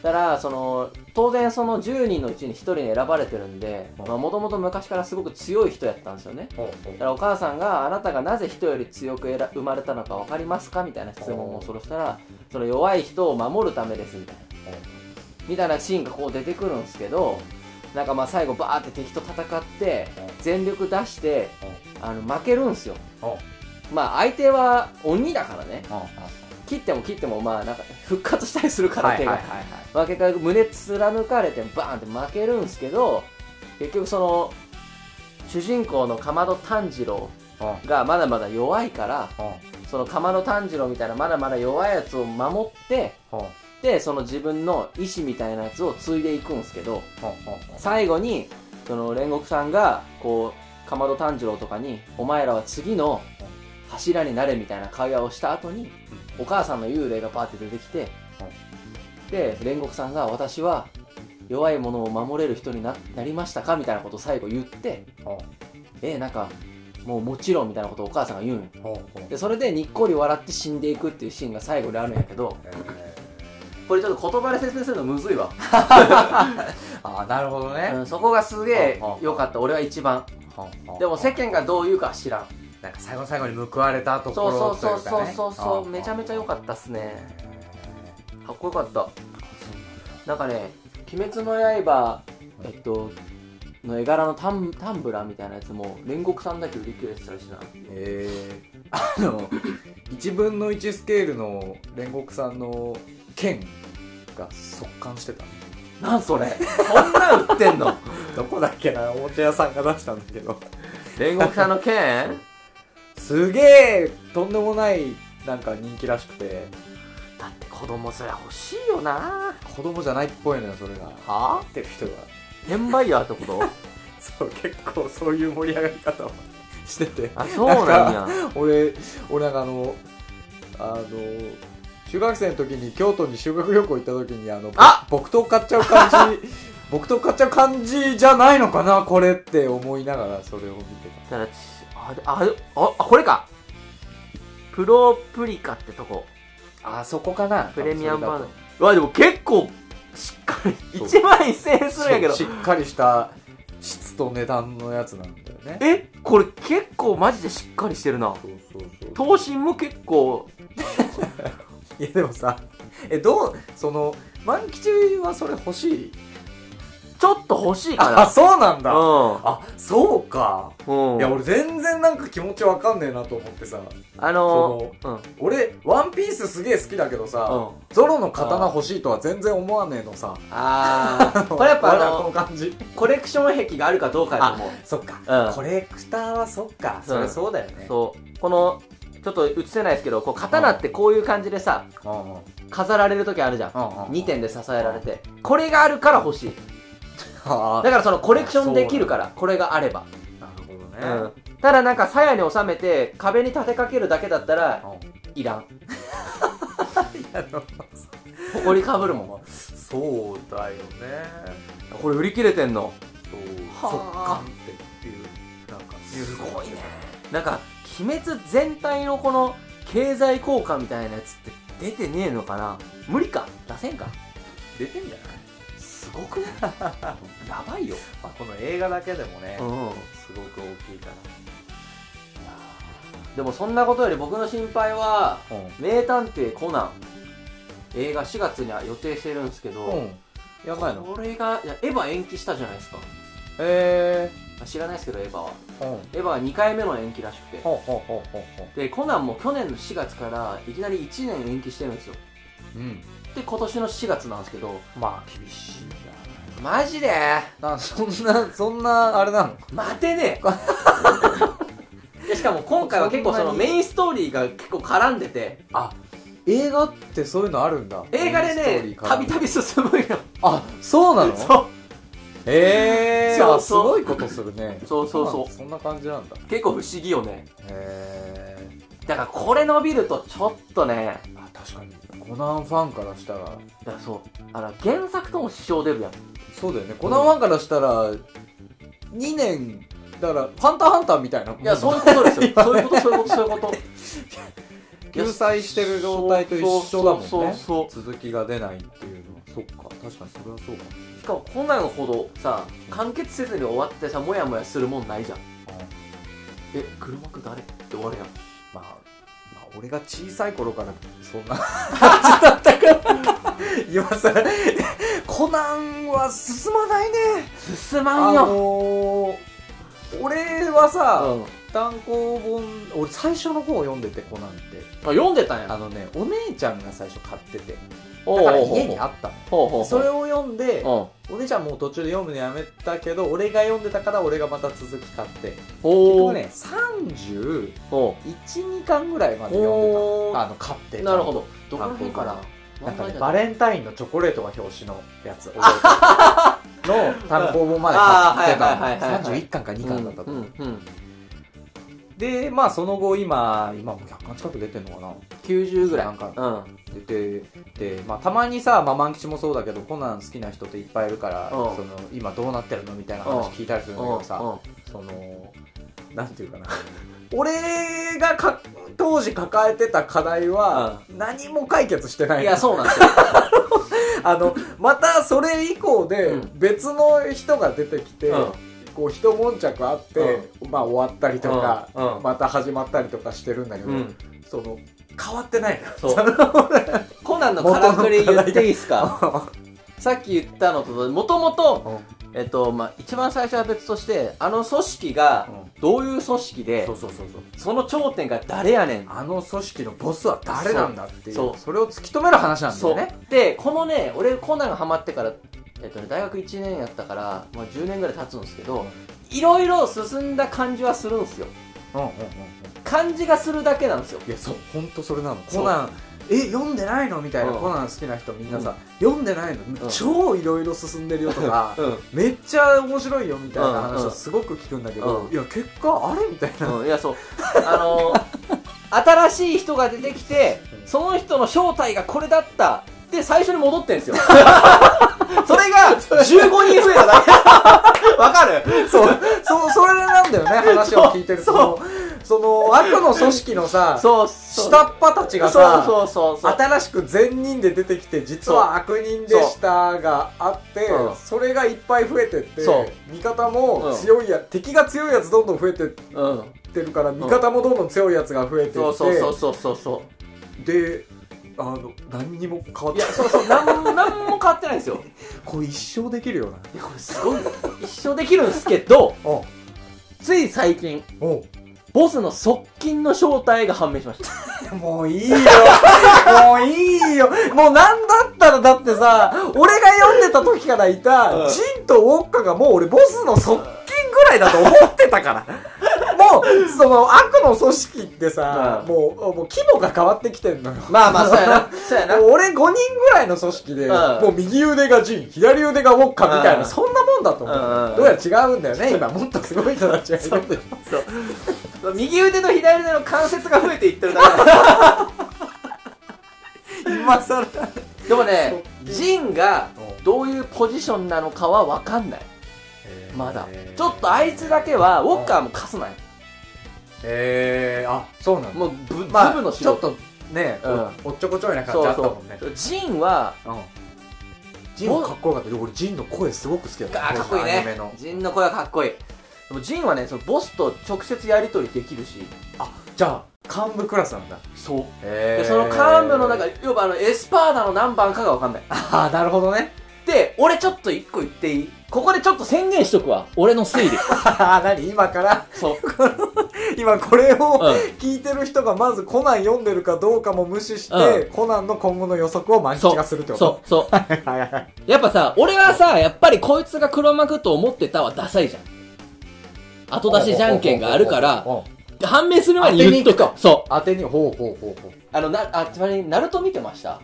S1: だからその当然その10人のうちに1人に選ばれてるんで
S2: うん
S1: もともと昔からすごく強い人やったんですよね
S2: ほうほう
S1: だからお母さんがあなたがなぜ人より強く選生まれたのか分かりますかみたいな質問をそれしたらその弱い人を守るためですみたいなみたいなシーンがこう出てくるんですけどなんかまあ最後バーって敵と戦って全力出してあの負けるんですよ
S2: ほう
S1: まあ相手は鬼だからね
S2: ほうほ
S1: 切っても切ってもまあなんか復活したりする
S2: う
S1: から
S2: はい
S1: 手
S2: はい
S1: が
S2: はいはい
S1: 負けか胸貫かれてバーンって負けるんですけど結局その主人公のかまど炭治郎
S2: ほう
S1: がまだまだ弱いから
S2: ほう
S1: そのかまど炭治郎みたいなまだまだ弱いやつを守って
S2: ほう
S1: でその自分の意志みたいなやつを継いでいくんですけど
S2: ほうほう
S1: 最後にその煉獄さんがこうかまど炭治郎とかに「お前らは次の柱になれ」みたいな会話をした後にお母さんの幽霊がパーって出てきてで煉獄さんが「私は弱いものを守れる人にななりましたか?」みたいなことを最後言って「えなんかもうもちろん」みたいなことをお母さんが言うんよでそれでにっこり笑って死んでいくっていうシーンが最後であるんやけどこれちょっと言葉で説明するのむずいわ、
S2: ああなるほど
S1: う
S2: ね
S1: ん、そこがすげえ
S2: うんうん
S1: 良かった俺は一番でも世間がどう言うかは知らん
S2: なんか最後の最後に報われたとこ
S1: そうそ
S2: ろ
S1: うそうう
S2: とい
S1: そ
S2: か
S1: う
S2: ね
S1: そうそうめちゃめちゃ良かったっすねかっこよかったなんかね「鬼滅の刃」えっとの絵柄のタンタンブラーみたいなやつも煉獄さんだけ売り切れてたらしいな
S2: ええあの1分の1スケールの煉獄さんの剣が速乾してた
S1: なんそれそんな売ってんの
S2: どこだっけなおもちゃ屋さんが出したんだけど
S1: 煉獄さんの剣
S2: すげえとんでもないなんか人気らしくて
S1: だって子供そりゃ欲しいよな
S2: 子供じゃないっぽいのよそれが
S1: はあ
S2: ってる人が
S1: 転売ヤーってこと
S2: そう結構そういう盛り上がり方をしてて
S1: あそうなんや
S2: 俺俺なんかあのあの中学生の時に京都に修学旅行行った時にあの
S1: あ
S2: 木刀買っちゃう感 じ木刀買っちゃう感じじゃないのかなこれって思いながらそれを見て
S1: だからちあであああこれかプロプリカってとこ
S2: たあそこかな
S1: プレミアム版うわでも結構しっ かり
S2: そう
S1: 1万1000円するんやけど
S2: しっかりした質と値段のやつなんだよね
S1: えこれ結構マジでしっかりしてるな
S2: そうそうそう
S1: 刀身も結構
S2: いやでもさえどうその万吉はそれ欲しい
S1: ちょっと欲しい
S2: あ
S1: か
S2: そうなん
S1: な
S2: だ
S1: う
S2: あそうか
S1: んうん
S2: いや俺全然なんか気持ちわかんねえなと思ってさ
S1: あのーうん
S2: 俺ワンピースすげえ好きだけどさ、
S1: うん
S2: ゾロの刀欲しいとは全然思わねえのさ
S1: ああ これやっぱあ
S2: こ
S1: の
S2: の感じ
S1: コレクション癖があるかどうかやと思う
S2: そっか、
S1: うん
S2: コレクターはそっかそれそうだよね
S1: そうこのちょっと映せないですけどこう刀ってこういう感じでさ
S2: うんうんうん
S1: 飾られる時あるじゃん
S2: うん
S1: 2点で支えられてこれがあるから欲しい
S2: あ
S1: だ
S2: あ
S1: からそのコレクションできるからこれがあれば、
S2: なるほ
S1: う
S2: どね、
S1: ん、ただなんか鞘に収めて壁に立てかけるだけだったら
S2: うん
S1: い らん
S2: いやでも
S1: 埃かぶるもん
S2: そうだよね
S1: これ売り切れてんの
S2: そ
S1: はあ
S2: う速乾っていうなんか
S1: すごいねなんか鬼滅全体のこの経済効果みたいなやつって出てねえのかな無理か出せんか
S2: 出てんじゃない、
S1: すごくないやばいよ、
S2: まあ、この映画だけでもね、
S1: うん、
S2: すごく大きいか
S1: でもそんなことより僕の心配は
S2: ら
S1: 「名探偵コナン」映画4月には予定してるんですけど、
S2: うん、やばいの
S1: これがいやエヴァ延期したじゃないですか
S2: え
S1: まあ知らないですけどエヴァは
S2: ー、うん
S1: エヴァは2回目の延期らしくて
S2: ほうほうほうほうほ
S1: でコナンも去年の4月からいきなり1年延期してるんですよ
S2: ううん
S1: で今年の4月なんですけど
S2: まあ厳しい
S1: マジで
S2: ななそんなそんなあれなの
S1: 待てね えでしかも今回は結構その
S2: そんな
S1: メ
S2: に
S1: インストーリーが結構絡んでて
S2: あ映画ってそういうのあるんだ
S1: 映画で
S2: メインストーリ
S1: ね
S2: ーから
S1: たびたび進むよ
S2: あそうなの
S1: そ
S2: えー、
S1: そう
S2: あす
S1: そう
S2: ごいことするね
S1: うそうそう
S2: なん
S1: そ
S2: だそんな感じなんだ
S1: う結構不思議よね
S2: へえ
S1: だからこれ伸びるとちょっとね
S2: ー、あ確かにコナンファンからしたら
S1: だからそうあの原作とも支障出るやん
S2: そうだよねコナンファンからしたら2年だから「ハンターハンター」みたいなもん
S1: いや、そういうこと ですよ。そういうこと、そういうこと、そういうこと。
S2: 救済してる状態と一緒だもんね
S1: そうそうそう
S2: 続きが出ないっていうのはそっか確かにそれはそうかも
S1: しかも、コナンほどさ、完結せずに終わってさ、もやもやするもんないじゃん。え、車く誰って終わるやん。
S2: まあ、まあ、俺が小さい頃からそんな 感じだったから今さコナンは進まないね
S1: 進
S2: あ
S1: まん
S2: の
S1: よ。
S2: ー、俺はさ、
S1: うんあ、
S2: 単行本俺最初の方を読んでてコナンって
S1: 読んでたん
S2: あ
S1: や。
S2: のねお姉ちゃんが最初買ってて
S1: お
S2: だから家に
S1: ほ
S2: あったのよ
S1: うほうほう。
S2: それ
S1: を、
S2: を読んで
S1: うん。お
S2: お姉ちゃんもう途中で読むのやめたけど俺が読んでたから俺がまた続き買って結
S1: お
S2: 局ね312
S1: お
S2: 巻ぐらいまで読んで
S1: お
S2: たあの買って
S1: ーなるほど。どこら
S2: なんか
S1: 辺かな
S2: な
S1: 真
S2: んかね
S1: ん中じゃ
S2: バ
S1: ない
S2: レンタインのチョコレートが表紙のやつ覚えての単行本まで買って
S1: あーはいはいはい
S2: た
S1: はい
S2: の31巻か2巻だったと、
S1: うんうん
S2: でまあその後今今もう100巻近く出てんのかな
S1: 90ぐらい
S2: なんか
S1: うん
S2: 出てて、まあ、たまにさ、まあ、万吉もそうだけどコナン好きな人っていっぱいいるから、
S1: うん
S2: その今どうなってるのみたいな話聞いたりするんだけどさ、
S1: う
S2: そのなんていうかな俺がか当時抱えてた課題は、何も解決してなんい
S1: いやそうなんですよ
S2: あのまたそれ以降で
S1: うん
S2: 別の人が出てきて、
S1: うん
S2: こう一悶着あって、まあ終わったりとか、
S1: うんうん
S2: また始まったりとかしてるんだけど、
S1: うん
S2: その変わってないの
S1: そう コナンのからくり言っていいですかさっき言ったのともともと、えっとまあ、一番最初は別としてあの組織がどういう組織で、
S2: そうそうそうそう
S1: その頂点が誰やねん
S2: あの組織のボスは誰なんだっていう
S1: そ
S2: そうれを突き止める話なんだ
S1: そ
S2: よ
S1: う
S2: ね
S1: でこのね俺コナンがハマってから、えっとね、大学1年やったから、まあ、10年ぐらい経つんですけどいろいろ進んだ感じはするんですよ
S2: うんうんうんうん
S1: 感じがするだけなんですよ
S2: いやそう本当それなの
S1: そう
S2: コナンえ読んでないのみたいな、
S1: うん
S2: コナン好きな人みんなさ、読んでないの、
S1: ん
S2: 超いろいろ進んでるよとか
S1: うん
S2: めっちゃ面白いよみたいな
S1: うん
S2: 話
S1: う
S2: を
S1: ん
S2: すごく聞くんだけど、
S1: うん
S2: いや結果あれみたいな、
S1: うん、いやそうあの新しい人が出てきてその人の正体がこれだったで最初に戻ってん ですよそれが15人増えただけわかる
S2: そうそうそれなんだよね話を聞いてると
S1: そ
S2: その悪の組織のさ
S1: そうそう
S2: 下っ端たちがさ
S1: そうそうそうそう
S2: 新しく善人で出てきて実は悪人でしたがあって
S1: そううん
S2: それがいっぱい増えてって
S1: そ
S2: 味方
S1: う
S2: も
S1: ん
S2: 強いや、敵が強いやつどんどん増えてっ
S1: うん
S2: てるから味方もどんどん強いやつが増えてって、
S1: そうそうそうそうそうそう
S2: であの何にも変わっ
S1: い
S2: て
S1: や、
S2: ない
S1: そうそう、なんも、なんも変わってないんですよ。
S2: これ一生できるよない
S1: や、これすごい。一生できるんですけど、
S2: お
S1: つい最近、
S2: お
S1: ボスの側近の正体が判明しました。
S2: もういいよ もういいよもうなんだったらだってさ俺が読んでた時からいた、
S1: うん
S2: ジンとウォッカがもう俺ボスの側近ぐらいだと思って たからもうその悪の組織ってさ、
S1: うん
S2: もうもう規模が変わってきてんのよ
S1: まあまあ、そうや な。そうやな
S2: も。う俺5人ぐらいの組織
S1: う
S2: で、
S1: ん
S2: もう右腕がジン左腕がウォッカみたいな、
S1: うん
S2: そんなもんだと思う、
S1: うん
S2: どうやら違うんだよね今もっとすごい人たちがいるんでしょ
S1: そう。右腕と左腕の関節が増えていってるだけだ
S2: 今更
S1: でもね、
S2: 側近
S1: ジンが
S2: う
S1: どういうポジションなのかは分かんない。まだ。ちょっとあいつだけは、ウォッカーも貸すなよ。
S2: えー、あそうなんだ
S1: もう、ぶ、ズ
S2: ま
S1: ブの
S2: あ、
S1: 素
S2: ちょっ
S1: 人。
S2: とね、
S1: うん
S2: おっちょこちょいな感
S1: そ
S2: じあ
S1: う
S2: ったもんね
S1: そう。ジンは、
S2: うんジンかっこよかった俺ジンの声すごく好きだっ
S1: あ
S2: た
S1: ーかっこいい
S2: アニメ
S1: ね
S2: の
S1: ジンの声はかっこいいでもジンはねそのボスと直接やり取りできるし
S2: じゃあ幹部クラスなんだ
S1: そう
S2: へ
S1: でその幹部の中要はあのエスパーダの何番かが分かんない
S2: ああなるほどね
S1: で俺ちょっと一個言っていいここでちょっと宣言しとくわ俺の推理
S2: あー何今から
S1: そう、
S2: 今これを
S1: う
S2: 聞いてる人がまずコナン読んでるかどうかも無視して、
S1: う
S2: コナンの今後の予測を満
S1: ん、そ
S2: 喫
S1: う
S2: がするってこと
S1: そうそう
S2: うはいはいはい
S1: やっぱさ俺はさやっぱりこいつが黒幕と思ってたはダサいじゃん後出しじゃんけんがあるから
S2: うん
S1: 判明する前に言っと
S2: 当てに行く
S1: くそう
S2: 当てにほうほうほうほう
S1: あのなあちなみにナルト見てました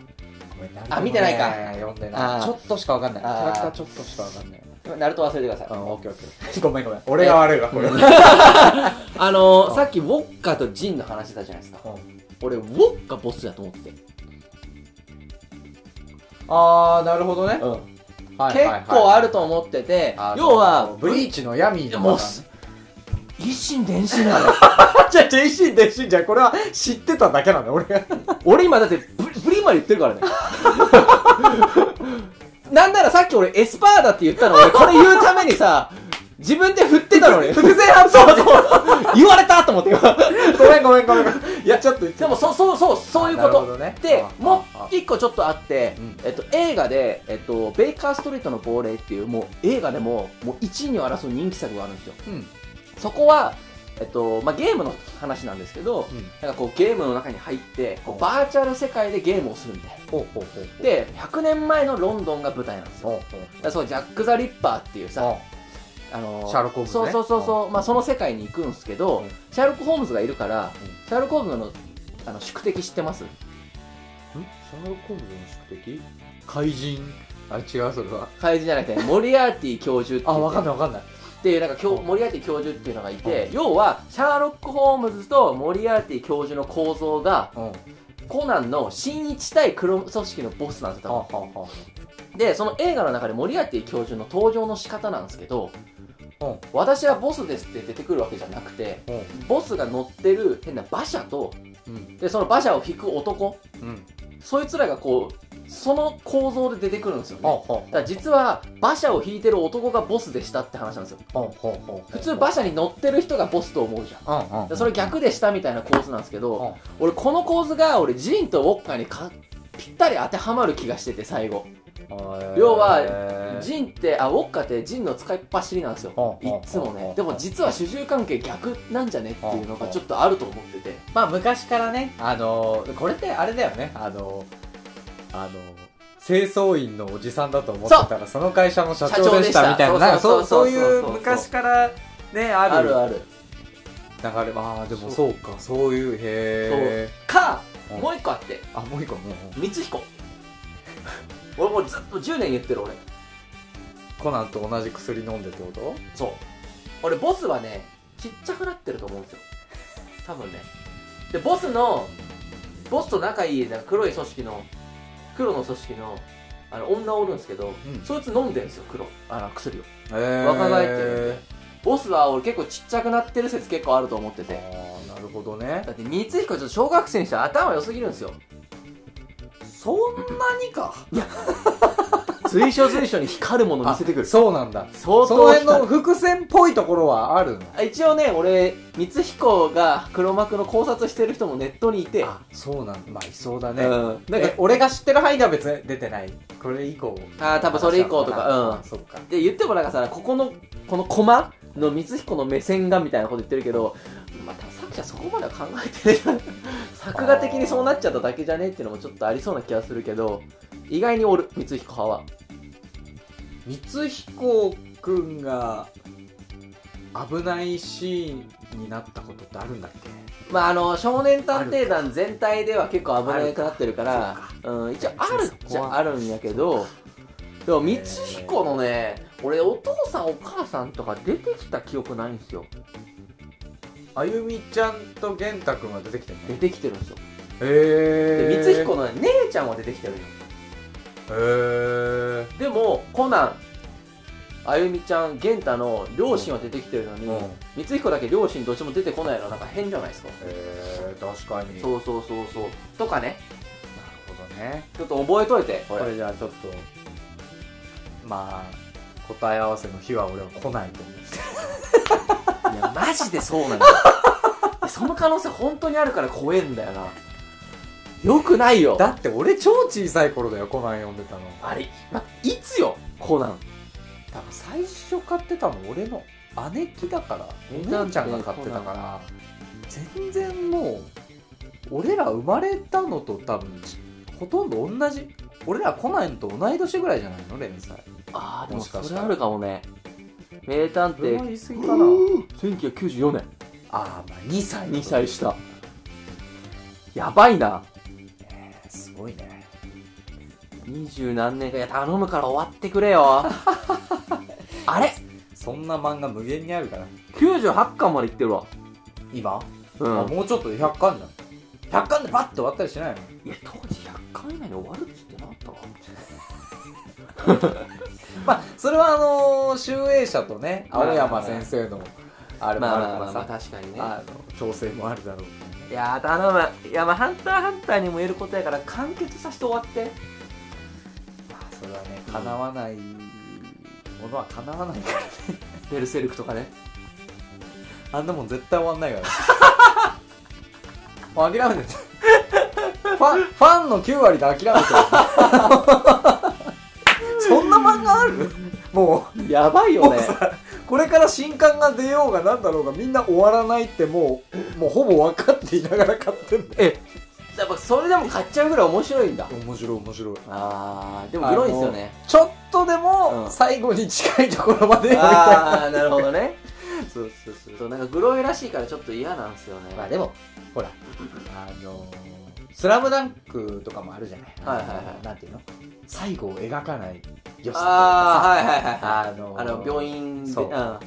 S2: ごめんな
S1: あ見てないか
S2: 読んで
S1: あ
S2: ない
S1: ー
S2: ちょっとしかわかんないキ
S1: あー
S2: ャラクターちょっとしかわかんない
S1: ナルト忘れてください
S2: うんオッケーオッケー。ごめんごめん。俺が悪いわ、これ。
S1: あの
S2: う
S1: ー、
S2: ん
S1: さっきウォッカとジンの話だじゃないですか。俺、ウォッカボスだと思ってて。
S2: あー、なるほどね。
S1: 結
S2: は
S1: 構あると思ってて、要は、
S2: ブリーチの闇の。
S1: もうす、一心伝心なのよ。
S2: あ、じゃあ、ジェイシン、デイシンじゃん、これは知ってただけなんだ、俺が。
S1: 俺今だってブ、ブリーまで言ってるからね。 なんならさっき俺、エスパーだって言ったの俺、これ言うためにさ、自分で振ってたの に。
S2: 伏線発動
S1: 言われたと思って今。
S2: ごめんごめんごめん。いや、ちょっと言って
S1: でも、そう、そう、そう、そういうこ
S2: なるほ
S1: と。
S2: どね
S1: で
S2: あ、あ
S1: も
S2: ああ
S1: う一個ちょっとあって
S2: うん、
S1: えっと、映画で、えっと、ベイカーストリートの亡霊っていう、もう映画でも、もう1位に争う人気作があるんですよ。
S2: うん。
S1: そこは、えっと、まあ、ゲームの話なんですけど、
S2: うん
S1: なんかこう、ゲームの中に入って、こうバーチャル世界でゲームをするみたいな。
S2: ほうほうほう。
S1: で、100年前のロンドンが舞台なんですよ。
S2: ほうほう
S1: だからそう、ジャック・ザ・リッパーっていうさ、
S2: ほう。
S1: あの
S2: シャーロックホームズね
S1: そうそうそうそう、まあ、その世界に行くんですけど、
S2: うん
S1: シャーロック・ホームズがいるから、
S2: うん
S1: シャーロック・ホームズのあの宿敵知ってます
S2: んシャーロック・ホームズの宿敵怪人あ違うそれは
S1: 怪人じゃなくてモリアーティ教授って
S2: あ
S1: 言って
S2: 分かんない分かんない
S1: っていうなんかきょ
S2: うん
S1: モリアーティ教授っていうのがいて
S2: う
S1: 要はシャーロック・ホームズとモリアーティ教授の構造が
S2: うんは
S1: コナンの新一対黒組織のボスなんです
S2: あ
S1: よ
S2: はあは
S1: 多分でその映画の中でモリアーティ教授の登場の仕方なんですけど
S2: うん
S1: 私はボスですって出てくるわけじゃなくて
S2: あ
S1: ボスが乗ってる変な馬車と
S2: うん
S1: でその馬車を引く男
S2: うん
S1: そいつらがこうその構造で出てくるんですよ
S2: はあ
S1: ね
S2: はあは
S1: だから実は馬車を引いてる男がボスでしたって話なんですよ
S2: あはあはあ
S1: 普通馬車に乗ってる人がボスと思うじゃん
S2: うんうん
S1: でそれ逆でしたみたいな構図なんですけ
S2: うん
S1: ど、俺この構図が俺ジンとウォッカにかぴったり当てはまる気がしてて最後、要はジンってあウォッカってジンの使いっ走りなんですよ、
S2: うん
S1: いっつもね、
S2: うん
S1: でも実は主従関係逆なんじゃねっていうのがちょっとあると思ってて、
S2: まあ昔からね、あのーこれってあれだよね、あのーあのー清掃員のおじさんだと思ってたら、その会社の社長でし
S1: 社長でした
S2: たみたいな、なんか
S1: そ
S2: そう
S1: そ
S2: う
S1: うそう
S2: そうい
S1: そうそう
S2: う
S1: そう
S2: 昔からね、あ
S1: あ
S2: る
S1: る
S2: 流れ、
S1: ある
S2: ああ、でもそうか、そういう、へえ。
S1: か、
S2: うん
S1: もう一個あって
S2: あ、もう一個、もう
S1: 光彦 俺もうずっと10年言ってる俺
S2: コナンと同じ薬飲んでってこと
S1: そう俺ボスはねちっちゃくなってると思うんですよ多分ねでボスのボスと仲いいなんか黒い組織の黒の組織のあの女おるんですけど、
S2: うん
S1: そいつ飲んでるんですよ黒あの薬を
S2: へえ
S1: 若返ってるんでボスは俺結構ちっちゃくなってる説結構あると思って
S2: あ
S1: て
S2: あ、なるほどね
S1: だ。って光彦ちょっと小学生にして頭良すぎるんですよ
S2: そんなにか。
S1: 随所随所に光るもの見せてくる
S2: そうなんだ。
S1: 相
S2: その
S1: 当
S2: 辺
S1: 光
S2: の
S1: る
S2: 伏線っぽいところはあるの
S1: あ一応ね俺光彦が黒幕の考察してる人もネットにいて
S2: あ、そうなんだ。まあ、いそうだね。
S1: うん、
S2: なんか俺が知ってる範囲では別に出てないこれ以降
S1: あー多分それ以降とかうん
S2: あそっか
S1: で言ってもなんかさここのこのコマの光彦の目線がみたいなこと言ってるけど、まあ、多分作者そこまでは考えてね 作画的にそうなっちゃっただけじゃねっていうのもちょっとありそうな気がするけど意外におる光彦派は
S2: 光彦くんが危ないシーンになったことってあるんだっけ
S1: まああの少年探偵団全体では結構危なくなってるから
S2: あ
S1: うん、一応あるっちゃあるんやけどでも光彦のね俺お父さんお母さんとか出てきた記憶ないんですよ
S2: あゆみちゃんと玄太くんが出てきてる
S1: 出
S2: ね
S1: てきてるんですよ
S2: へ
S1: で
S2: え
S1: 光彦のね姉ちゃんは出てきてるんよ
S2: へ
S1: でもコナンあゆみちゃん玄太の両親は出てきてるのに、
S2: えうん
S1: 光彦だけ両親どっちも出てこないのなんか変じゃないですか、
S2: へえ確かになる
S1: そうそうそうそうとかね
S2: ほどね
S1: ちょっと覚えといてこ
S2: こ
S1: れ
S2: れじゃあちょっとまあ答え合わせの日は俺は来ないと思う
S1: いやマジでそうなん だよその可能性本当にあるから怖えんだよなよくないよ
S2: だって俺超小さい頃だよコナン読んでたの
S1: あれ、ま、いつよコナン
S2: 多分最初買ってたの俺の姉貴だから
S1: え
S2: お姉ちゃんが買ってたから全然もう俺ら生まれたのと多分じほとんど同じ俺らコナンと同い年ぐらいじゃないの連載
S1: ああでも
S2: もし
S1: そ
S2: かした
S1: れ
S2: ら
S1: あるかもね名探
S2: それは
S1: 偵
S2: 言い過ぎ
S1: う
S2: かな
S1: ー1994年
S2: ああまあ2歳
S1: 2歳下やばいな
S2: えーすごいね
S1: 二十何年かいや頼むから終わってくれよ あれ
S2: そんな漫画無限にあるから
S1: 98巻までいってるわ
S2: 今、
S1: う
S2: あもうちょっとで100巻じゃん100巻でバッと終わったりしないの
S1: いや当時100巻以内に終わるっつってなかったわ
S2: まあそれはあのー、集英社とね青山先生のあれも
S1: まあまあ
S2: あるから
S1: まあ
S2: さ
S1: 確かにね
S2: あの調整もあるだろう
S1: いやー頼むいやまあハンターハンターにも言えることやから完結させて終わって
S2: まあそれはね叶わないものは叶わないから
S1: ベルセルクとかね
S2: あんなもん絶対終わんないから、 もう諦めてファンファンの9割で諦めてる そんな漫画あるも
S1: やばいうよ
S2: もう
S1: ね
S2: さこれから新刊が出ようがなんだろうがみんな終わらないってもうもうほぼ分かっていながら買ってんだ
S1: えやっぱそれでも買っちゃうぐらい面白いんだ
S2: 面白い面白い
S1: あーでもグロいですよね
S2: ちょっとで
S1: うん
S2: も最後に近いところまでやりたい
S1: ああーなるほどね
S2: そうそうそう
S1: そうなんかグロいらしいからちょっと嫌なんですよね、
S2: まあでもほらあのースラムダンクとかもあるじゃない、
S1: はいはいはい
S2: なんていうの最後を描かない良さ
S1: ああーはいはい
S2: というかさ
S1: は
S2: あの
S1: い
S2: ー
S1: あの病院で
S2: そう
S1: うんうん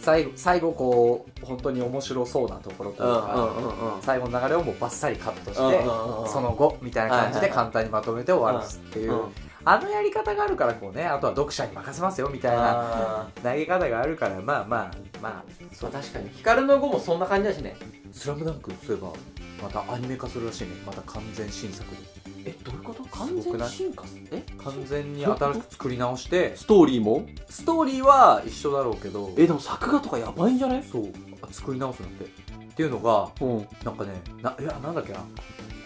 S2: 最後最後こう本当に面白そうなところというか、
S1: うんうんうん
S2: 最後の流れをもうバッサリカットして、そ
S1: そ
S2: の後みたいな感じ
S1: はいはい
S2: で
S1: はい
S2: 簡単にまとめて終わるっていう、あのやり方があるからこうねあとは読者に任せますよみたいな
S1: あ
S2: 投げ方があるからまあまあまあ
S1: ーそう確かに光の碁もそんな感じだしね
S2: 「スラムダンクそういえばまたアニメ化するらしいねまた完全新作で
S1: えどういうこと
S2: 完全
S1: 進化すえ
S2: 完全に新しく作り直して
S1: ストーリーも
S2: ストーリーは一緒だろうけど
S1: えでも作画とかやばいんじゃない
S2: そうあ作り直すなんてっていうのが
S1: うん
S2: なんかねないやなんだっけな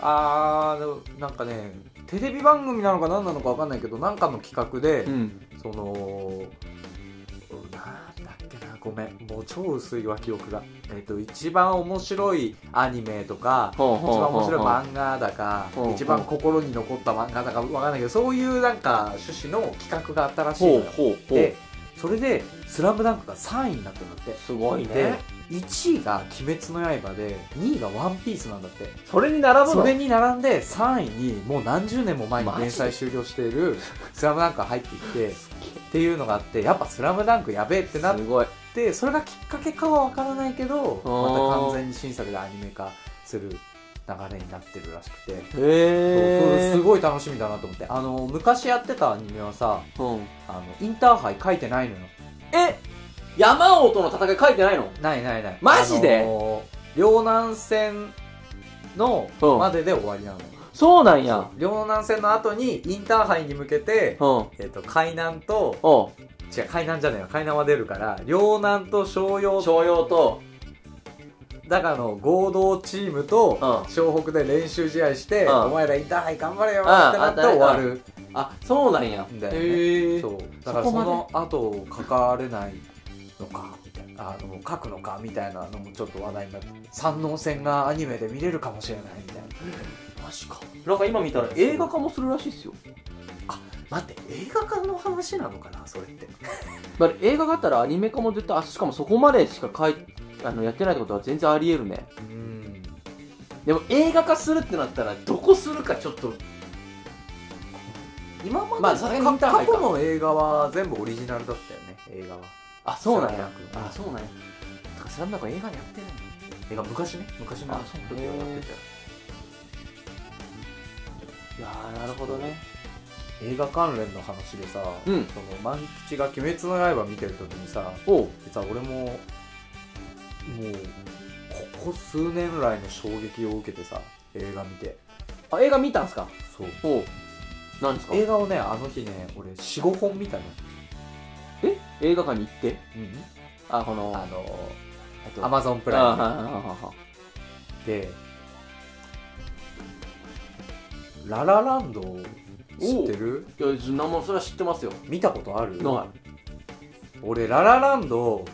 S2: あーでもなんかねテレビ番組なのか何なのか分かんないけどなんかの企画で、
S1: ん
S2: そのなんだっけなごめんもう超薄いわ記憶が、えっと一番面白いアニメとか
S1: ほう
S2: 一
S1: ほう
S2: 番
S1: ほう
S2: 面白い
S1: ほう
S2: 漫画だか
S1: ほうほう
S2: 一番心に残った漫画だか分かんないけどそういうなんか趣旨の企画があったらしいの
S1: ほうほ
S2: よ
S1: うほ
S2: で
S1: う
S2: それで「スラムダンクが3位になったんだって
S1: すごい
S2: で
S1: ね
S2: 1位が「鬼滅の刃」で2位が「ワンピースなんだって
S1: それに並ぶの
S2: それに並んで3位にもう何十年も前に
S1: マジ
S2: 連載終了している「スラムダンクが入ってきてっていうのがあってやっぱ「スラムダンクやべえってなっ
S1: すごい
S2: てそれがきっかけかは分からないけどま
S1: あー
S2: た完全に新作でアニメ化する流れになってるらしくて
S1: へ
S2: そう
S1: え
S2: そうすごい楽しみだなと思ってあの昔やってたアニメはさ
S1: うん
S2: あのインターハイ書いてないのよ
S1: え山王との戦い書いてないの
S2: ないないない
S1: マジで
S2: あのー両南戦の
S1: うん
S2: までで終わりなのよ
S1: そうなんや
S2: 両南戦の後にインターハイに向けて、
S1: うんお
S2: えっと海南と
S1: う
S2: 違う海南じゃねえよ海南は出るから両南と商用
S1: 商用と
S2: だからの合同チーム
S1: う
S2: と
S1: ん
S2: 湘北で練習試合して、
S1: うん
S2: お前らインターハイ頑張れよ
S1: う
S2: っ
S1: ん
S2: てなって終わる、
S1: あそうなんや
S2: だよね
S1: へえ
S2: そうだから
S1: そ
S2: そ
S1: こまで
S2: の後書かれないのかみたいなあの書くのかみたいなのもちょっと話題になって山王戦がアニメで見れるかもしれないみたいな
S1: マジかなんか今見たら映画化もするらしいっすよ
S2: 待って映画化の話なのかなそれって
S1: だから映画があったらアニメ化も絶対あしかもそこまでしか書いあのやってないってことは全然ありえるね
S2: うん
S1: でも映画化するってなったらどこするかちょっと
S2: 今まで、
S1: まあさすがにインターハ
S2: 過
S1: イか
S2: 去の映画は全部オリジナルだったよね映画は
S1: あ
S2: そうなんや
S1: あそうなんやだからスラムダンクは映画やってない
S2: 映画昔ね昔の
S1: あそうなんだ
S2: 時はやってたよ
S1: いやーなるほどね
S2: 映画関連の話でさ、
S1: うん
S2: その万吉が「鬼滅の刃」見てる時にさ
S1: おう
S2: 実は俺ももうここ数年来の衝撃を受けてさ映画見て
S1: あ映画見たんすか
S2: そう
S1: おう何ですか
S2: 映画をねあの日ね俺45本見たの、
S1: え映画館に行ってあこの
S2: あの
S1: えっと
S2: アマゾンプ
S1: あは
S2: ライム
S1: いはいはいはいはい
S2: で「ララランド」知ってる
S1: いや、名もそれは知ってますよ。
S2: 見たことある
S1: な
S2: 俺「ララランド」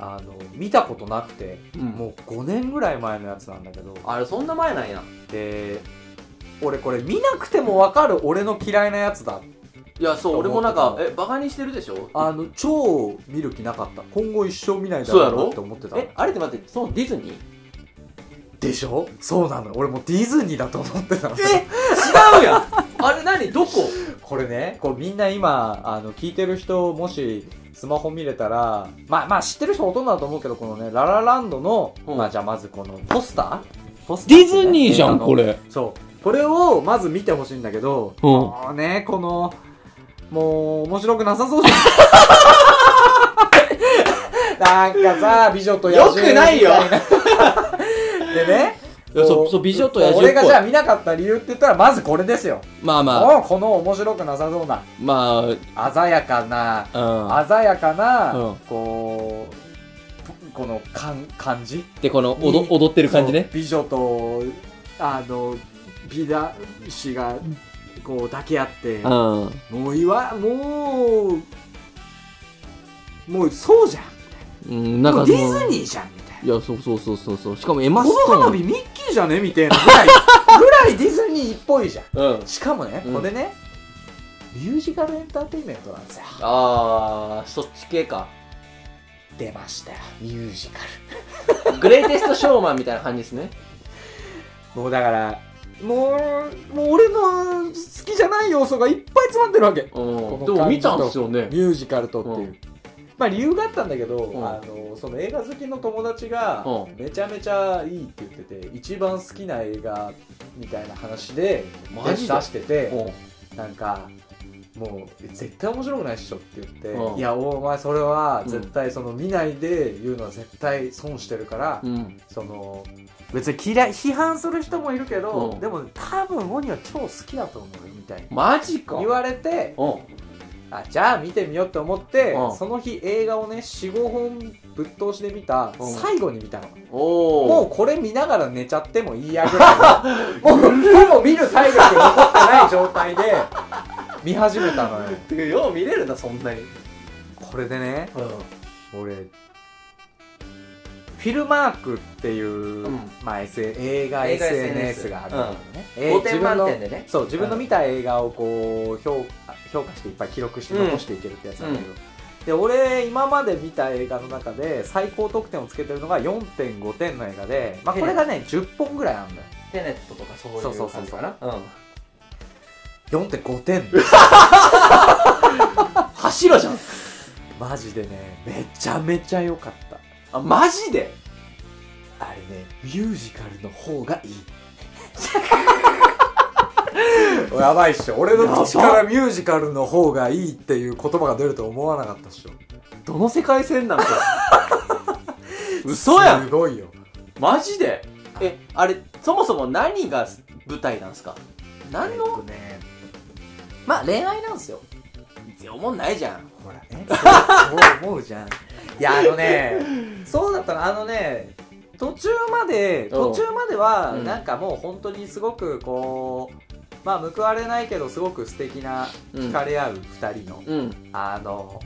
S2: あの見たことなくて
S1: い。うん、もう。
S2: もう5年ぐらい前のやつなんだけど
S1: あれ、そんな前なんや。
S2: で俺これ見なくても分かる俺の嫌いなやつだ
S1: いや、そう、
S2: と
S1: 俺
S2: 思
S1: も
S2: う
S1: なんか、え、バカにしてるでしょ
S2: あの超見る気なかった今後一生見ないだ
S1: そうや
S2: ろう
S1: ろ
S2: なって思ってた
S1: え、あれって待って、そのディズニー
S2: でしょそうなの俺もうディズニーだと思って たの
S1: 違うやんあれ何どこ
S2: これねこうみんな今あの聞いてる人もしスマホ見れたらまあまあ知ってる人ほとんどだと思うけどこのね「ララランドの」
S1: うん
S2: まあじゃあまずこのポスターポスタ
S3: デ
S2: ー
S3: ィズニーじゃん、こ
S2: れ
S3: れ。
S2: そうこれをまず見てほしいんだけど、
S3: うん
S2: もうねこのもう面白くなさそうじゃん なんかさ「美女と野獣」みた
S1: よく
S2: な でね
S3: いやそう
S2: こ
S3: そう美女と野獣っぽい
S2: 俺がじゃあ見なかった理由って言ったらまずこれですよ
S3: まあまあ、
S2: もうこの面白くなさそうな
S3: ま
S2: 鮮やかな
S3: あ、うん。
S2: 鮮やかな、
S3: うん
S2: こうこの感感じ
S3: で、このおど踊ってる感じ
S2: そ
S3: ね
S2: う。美女とあの美男子がこう抱き合って
S3: うん。も
S2: もういわもうもうそうじゃん
S3: うん、なん
S2: も
S3: か
S2: う
S3: そ
S2: デ
S3: の
S2: ィズニーじゃんみたい
S3: いや、そうそうそうそうそう。しかもエ
S2: な
S3: マ
S2: こ
S3: ス
S2: の
S3: ト
S2: 花
S3: ー
S2: 火
S3: ン。
S2: ミッキーじゃねみたいなぐらいぐらいディズニーっぽいじゃん
S1: うん。
S2: しかもね、
S1: うん
S2: これねミュージカルエンターテインメントなんですよ
S1: あー、そっち系か。
S2: 出ましたミュージカ
S1: グレイテストショーマンみたいな感じですね。
S2: ルもうだからもうもう俺の好きじゃない要素がいっぱい詰まってるわけ
S1: うん。
S2: の
S1: でも見たん
S2: 感
S1: で
S2: じと
S1: すよね
S2: ミ。ュージカルとっていう、
S1: うん
S2: まあ理由があったんだけど、
S1: うん
S2: あのその映画好きの友達が
S1: うん
S2: めちゃめちゃいいって言ってて一番好きな映画みたいな話で
S1: マジで
S2: 出してて、
S1: うん。
S2: なんかもう絶対面白くないっしょって言って、
S1: うん
S2: いやお前それは絶対その見ないで言うのは絶対損してるから、
S1: うん。
S2: その別に嫌い批判する人もいるけど、
S1: うん
S2: でも多分鬼は超好きだと思うよみたいな
S1: マジか。
S2: 言われて
S1: うん。
S2: あじゃあ見てみようと思って、
S1: うん
S2: その日映画をね45本ぶっ通しで見た、
S1: うん
S2: 最後に見たのもう
S1: おー。
S2: これ見ながら寝ちゃってもいいやぐらい のもうほぼ見る体力残ってない状態で見始めたのよ
S1: てかよう見れるな、そんなに。
S2: これでね
S1: うん。
S2: 俺フィルマークっていう、
S1: うん
S2: まあ、S 映画
S1: 映画
S2: SNS があるんだけどね、えー
S1: 5点満点
S2: 自分の
S1: でね。
S2: そう自分の見た映画をこう評価評価していっぱい記録して残していけるってやつなんだけど、で俺今まで見た映画の中で最高得点をつけてるのが4.5点の映画で、まあ、これがね10本ぐらいあるんだよ
S1: テネットとかそうい
S2: そうそううそ
S1: 感
S2: う
S1: じ
S2: そう
S1: かな。うん。
S2: 4.5点
S1: 柱じゃん。
S2: マジでねめちゃめちゃ良かった
S1: あ、マジで
S2: あれねミュージカルの方が いいやばいっしょ俺の口からミュージカルの方がいいっていう言葉が出ると思わなかったっしょ
S1: どの世界線なんか 嘘やん
S2: すごいよ
S1: マジでえ、あれ、そもそも何が舞台なんですか何
S2: えっ
S1: の
S2: とね
S1: まあ恋愛なんですよ。おもんないじゃん。
S2: ほらね そうそう思うじゃんいやあのねそうだったのあのね途中まで
S1: うん
S2: 途中までは
S1: うん
S2: なんかもう本当にすごくこうまあ報われないけどすごく素敵な
S1: う
S2: 惹かれ合う2人の、
S1: うん。
S2: あの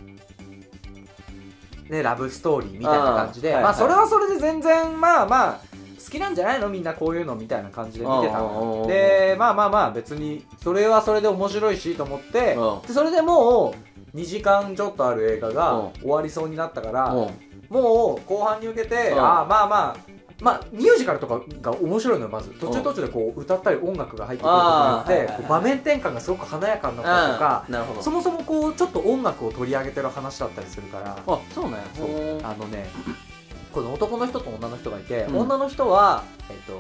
S2: ねラブストーリーみたいな感じで
S1: あーはい
S2: ま
S1: は
S2: あ
S1: い
S2: それはそれで全然まあまあ好きなんじゃないのみんなこういうのみたいな感じで見てた
S1: うんうんうんう
S2: の
S1: ん
S2: よでまあまあまあ別にそれはそれで面白いしと思って、
S1: う
S2: でそれでもう2時間ちょっとある映画
S1: う
S2: が
S1: ん
S2: 終わりそうになったから、
S1: うん。
S2: もう後半に向けて、
S1: うん
S2: ああまあまあまあ、ミュージカルとかが面白いのよまず途中途中でこう歌ったり音楽が入ってくることに
S1: あーはい
S2: よっ
S1: はい
S2: て
S1: はい
S2: こう場面転換がすごく華やかになったりとか
S1: あ、なるほど。
S2: そもそもこうちょっと音楽を取り上げてる話だったりするから
S1: あ、そうなんや。
S2: そう
S1: ほー
S2: あのねこの男の人と女の人がいて、
S1: うん
S2: 女の人は、えっと、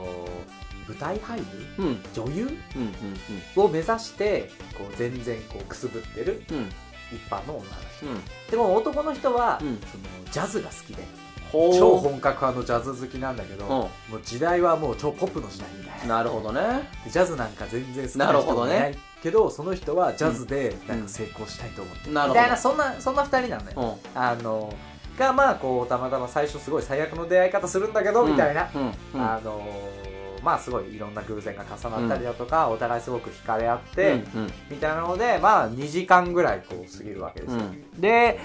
S2: 舞台俳優
S1: うん。うん。
S2: 女優
S1: うん。
S2: を目指してこう全然こうくすぶってる
S1: うん。うん。
S2: 一般の女の人
S1: うん。
S2: でも男の人は、
S1: うん。
S2: そのジャズが好きで
S1: ほー
S2: 超本格派のジャズ好きなんだけど、も
S1: う
S2: う時代はもう超ポップの時代みたい
S1: ん。
S2: な
S1: なるほどね。
S2: でジャズなんか全然好きな
S1: なる
S2: 人
S1: ほど
S2: もい
S1: ね
S2: ないけどその人はジャズでなんか成功したいと思ってる、
S1: なる
S2: み
S1: ほ
S2: たいなそんなそんな二人なのよ、
S1: ど。うん。
S2: あのがまあこうたまたま最初すごい最悪の出会い方するんだけど、みたいな、
S1: うん。うん。
S2: あのまあすごいいろんな偶然が重なったりだとか、お互いすごく惹かれ合って、
S1: うん。
S2: みたいなのでまあ2時間ぐらいこう過ぎるわけです
S1: う
S2: よ、
S1: ん。
S2: で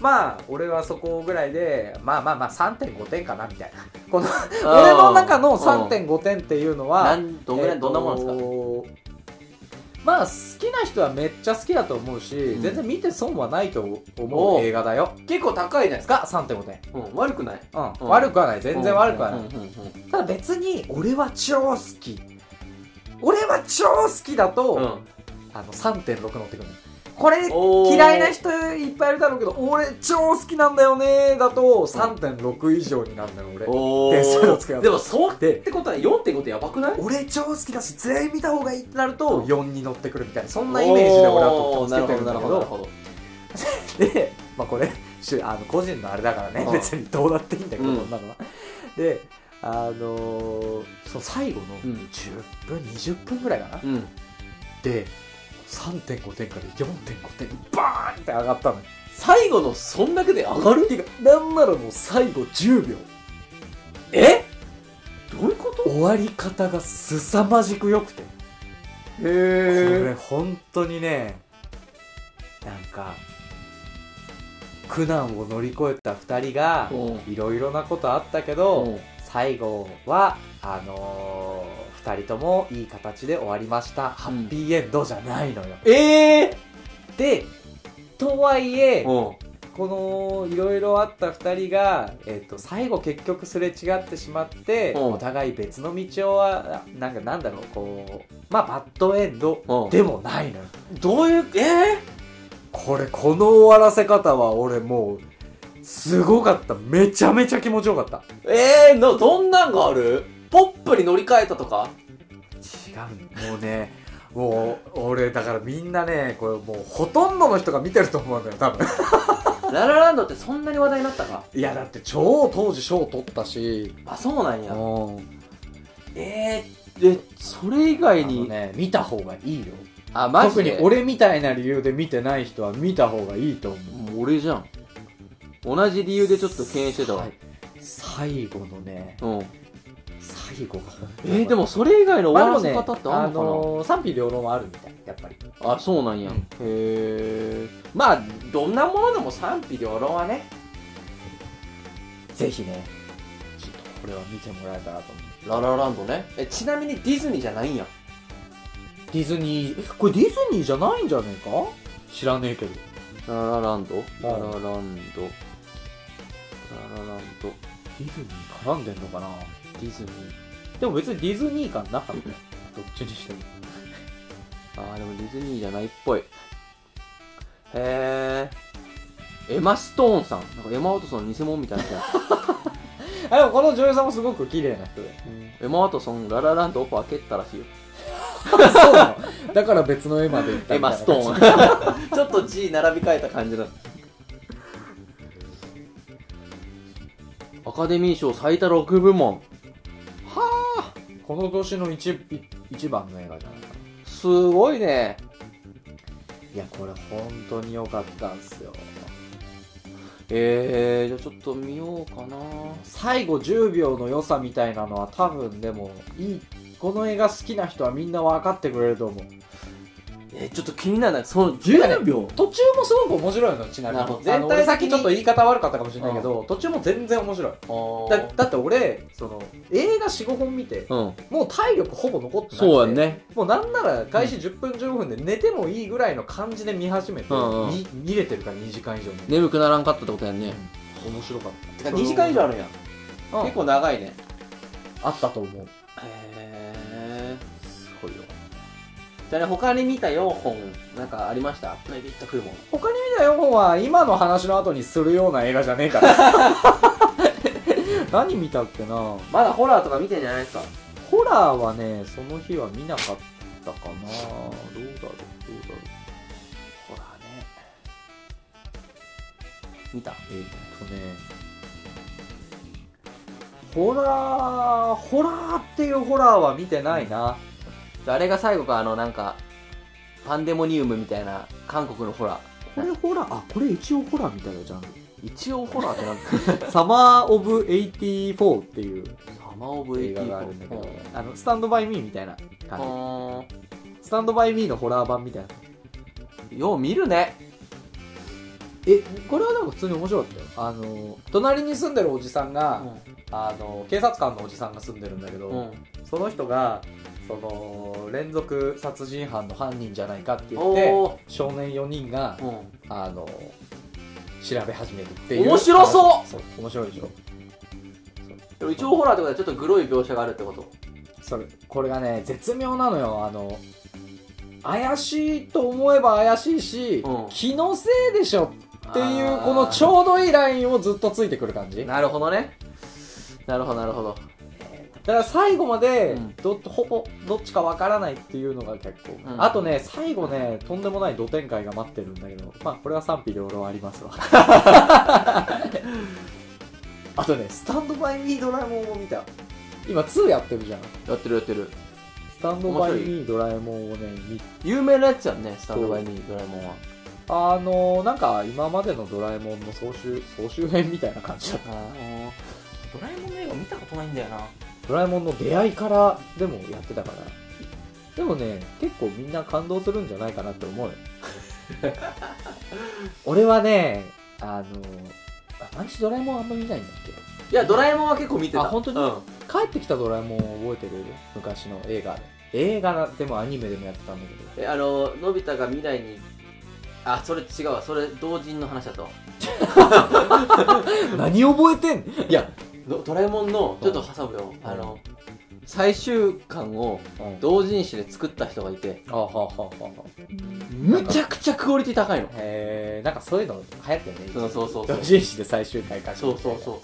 S2: まあ俺はそこぐらいでまあまあまあ3.5点かなみたいなこの俺の中の3.5点っていうの
S1: な
S2: は
S1: んどんぐらい、どんなもんなんですか
S2: ですかまあ好きな人はめっちゃ好きだと思うし、
S1: ん
S2: 全然見て損はないと思う映画だよ
S1: 結構高いじゃないですか。
S2: が3.5点
S1: うん。悪くない。
S2: うん、
S1: うん
S2: 悪くはない全然悪くはない、
S1: うんうんうんうん
S2: ただ別に俺は超好き俺は超好きだと、
S1: うん。
S2: あの3.6乗ってくるのこれ嫌いな人いっぱいいるだろうけど俺超好きなんだよねだと3.6以上になるんだよ俺
S1: お
S2: 点数をつけようと
S1: でもそうっ
S2: で
S1: てことは4.5ってやばくない
S2: 俺超好きだし全員見た方がいいってなると4に乗ってくるみたいなそ
S1: そ
S2: んなイメージで俺はとっつけてるんだ
S1: なる
S2: け
S1: ほどなる
S2: ど
S1: ほど
S2: で、まあ、これしあの個人のあれだからね
S1: うん
S2: 別にどうだっていいんだけど
S1: うん
S2: そんなのはであのーそう最後の
S1: うん
S2: 10分20分ぐらいかな
S1: うん
S2: で3.5点から4.5点にバーンって上がったのよ
S1: 最後のそんだけで上がる
S2: ていうかなんならもう最後10秒
S1: えどういうこと
S2: 終わり方が凄まじく良くて、これ
S1: へ
S2: 本当にねなんか苦難を乗り越えた2人が
S1: う
S2: いろいろなことあったけど、
S1: うん
S2: 最後はあの2人ともいい形で終わりました、ハッピーエンドじゃないのよ
S1: ええ
S2: でとはい
S1: う
S2: え
S1: ん
S2: このいろいろあった2人が、えっと最後結局すれ違ってしまって、
S1: うん
S2: お互い別の道をはあなんかなんだろうこうまあバッドエンド
S1: うん
S2: でもないのよ
S1: どういうえ
S2: これこの終わらせ方は俺もうすごかっためちゃめちゃ気持ちよかった
S1: ー、えー、のどんなんがあるポップに乗り換えたとか
S2: 違うもうねもう俺だからみんなねこれもうほとんどの人が見てると思うんだよ多分
S1: ララランドってそんなに話題になったか
S2: いやだって超当時賞取ったし
S1: あそうなんや、
S2: うん
S1: え
S3: でそれ以外
S2: あの
S3: に
S2: ね見た方がいいよ
S1: ー、あマジ
S2: 特
S1: で
S2: に俺みたいな理由で見てない人は見た方がいいと思う
S3: もう俺じゃん同じ理由でちょっと敬遠してたわ、
S2: はい最後のね
S3: うん
S2: 最後が本当
S3: え
S2: に
S3: ー、でもそれ以外の
S2: まあ
S3: 終
S2: で
S3: わら
S2: もね
S3: せ方ってあ
S2: あ
S3: んの
S2: のー賛否両論はあるみたいやっぱり
S3: かな、あそうなんや、
S2: うん
S3: へえ
S1: まあどんなものでも賛否両論はね
S2: ぜひねちょっとこれは見てもらえたらと思う
S1: ララランドねえちなみにディズニーじゃないんや
S2: ディズニーこれディズニーじゃないんじゃねえか知らねえけど
S3: ララランドララランドララランド
S2: ディズニー絡んでんのかな
S3: ディズニー
S2: でも別にディズニー感なかったよどっちにしても
S3: あーでもディズニーじゃないっぽいへえエマ・ストーンさんなんかエマ・ワトソンの偽物みたいな人や
S2: あでもこの女優さんもすごく綺麗な人で
S3: エマ・ワトソンララランドオファー蹴ったらしいよ
S2: そうなのだから別の絵まで行った
S3: エ
S2: みたい
S3: マ・
S2: な
S3: ストーン
S1: ちょっと G 並び替えた感
S3: 感じだアカデミー賞最多6部門
S2: この年の一一番の映画じゃないかな
S3: すごいね
S2: いやこれ本当に良かったんすよ
S3: えー、じゃあちょっと見ようかな
S2: 最後10秒の良さみたいなのは多分でもいいこの映画好きな人はみんな分かってくれると思う
S3: えーちょっと気になるなその10秒
S2: 途中もすごく面白いのよちなみ
S1: なるほ
S2: に
S1: ど
S2: 全
S1: 全体的に
S2: 体さっきちょっと言い方悪かったかもしれないけど、途中も全然面白いだ
S1: だ
S2: だって俺その映画45本見て
S3: うん
S2: もう体力ほぼ残ってなくて
S3: そうやんね
S2: もうなんなら開始10分15分で寝てもいいぐらいの感じで見始めて、
S3: うんうん
S2: み見れてるから2時間以上ね
S3: 眠くならんかったってことやんね
S2: 面白かった
S1: てか2時間以上あるんや
S2: うん
S1: 結構長いね
S2: あったと思う
S1: へえ
S2: すごいよ
S1: じゃあね他に見た4本なんかありましたプライベートクルモン
S2: 他に見た4本は今の話の後にするような映画じゃねえから 何見たっけな
S1: まだホラーとか見てんじゃないですか
S2: ホラーはねその日は見なかったかなどうだろうどうだろう
S1: ホラーね見た
S2: えっとねホラーホラーっていうホラーは見てないな、
S3: あれが最後かあのなんかパンデモニウムみたいな韓国のホラー
S2: これホラーあこれ一応ホラーみたいなジャン
S3: 一応ホラーってなんだ
S2: ルサマー・オブ・84っていう
S3: サマーオブ
S2: 映
S3: エイテ
S2: 画
S3: ィー
S2: があ
S3: フ
S2: るんだけ
S3: ォ
S2: ど
S3: ー
S2: あのスタンド・バイ・ミーみたいな
S3: あ
S2: 感
S3: の
S2: じスタンド・バイ・ミーのホラー版みたいな
S3: ーよう見るね
S2: えこれはなんか普通に面白かったよあの隣に住んでるおじさんが、あの警察官のおじさんが住んでるんだけど、
S1: うん
S2: その人がその連続殺人犯の犯人じゃないかって言って
S1: おー
S2: 少年4人が
S1: うん
S2: あの調べ始めるっていう
S1: 面白そう
S2: そう面白いでしょ
S1: でも一応ホラーってことはちょっとグロい描写があるってこと
S2: それこれがね絶妙なのよあの怪しいと思えば怪しいし、
S1: うん
S2: 気のせいでしょっていう
S1: あー
S2: このちょうどいいラインをずっとついてくる感じだか
S1: なるほどねなるほどなるほど
S2: ら最後まで
S1: うん
S2: ど,、ほぼどっちかわからないっていうのが結構、
S1: うん
S2: あとね最後ねとんでもない土展開が待ってるんだけどまあこれは賛否両論あ りますわあとねスタンドバイミードラえもんも見た今2やってるじゃん
S3: やってるやってる
S2: スタンドバイミードラえもんをね見
S3: 有名なやつやんねスタンドバイミードラえもんは
S2: あのなんか今までのドラえもんの総集総集編みたいな感じだった
S1: あのドラえもんの映画見たことないんだよな
S2: ドラえもんの出会いからでもやってたからでもね結構みんな感動するんじゃないかなって思うよ 俺はねあのあ毎日ドラえもんあんま見ないんだっけ
S1: いやドラえもんは結構見てた
S2: あ本当に
S1: うん
S2: 帰ってきたドラえもんを覚えてる昔の映画で映画でもアニメでもやってたんだけど
S1: えあののび太が未来にあそれ違うわそれ同人の話だと
S2: 何覚えてん
S1: いやドドラえもんのちょっと挟むよ、
S2: ん
S1: あの最終巻を
S2: ど
S1: 同人誌で作った人がいて
S2: あはははは
S1: むちゃくちゃクオリティ高いの
S2: えー、なんかそういうの流行ってるね
S1: そうそうそうそう
S2: 同人誌で最終回か
S1: そうそうそう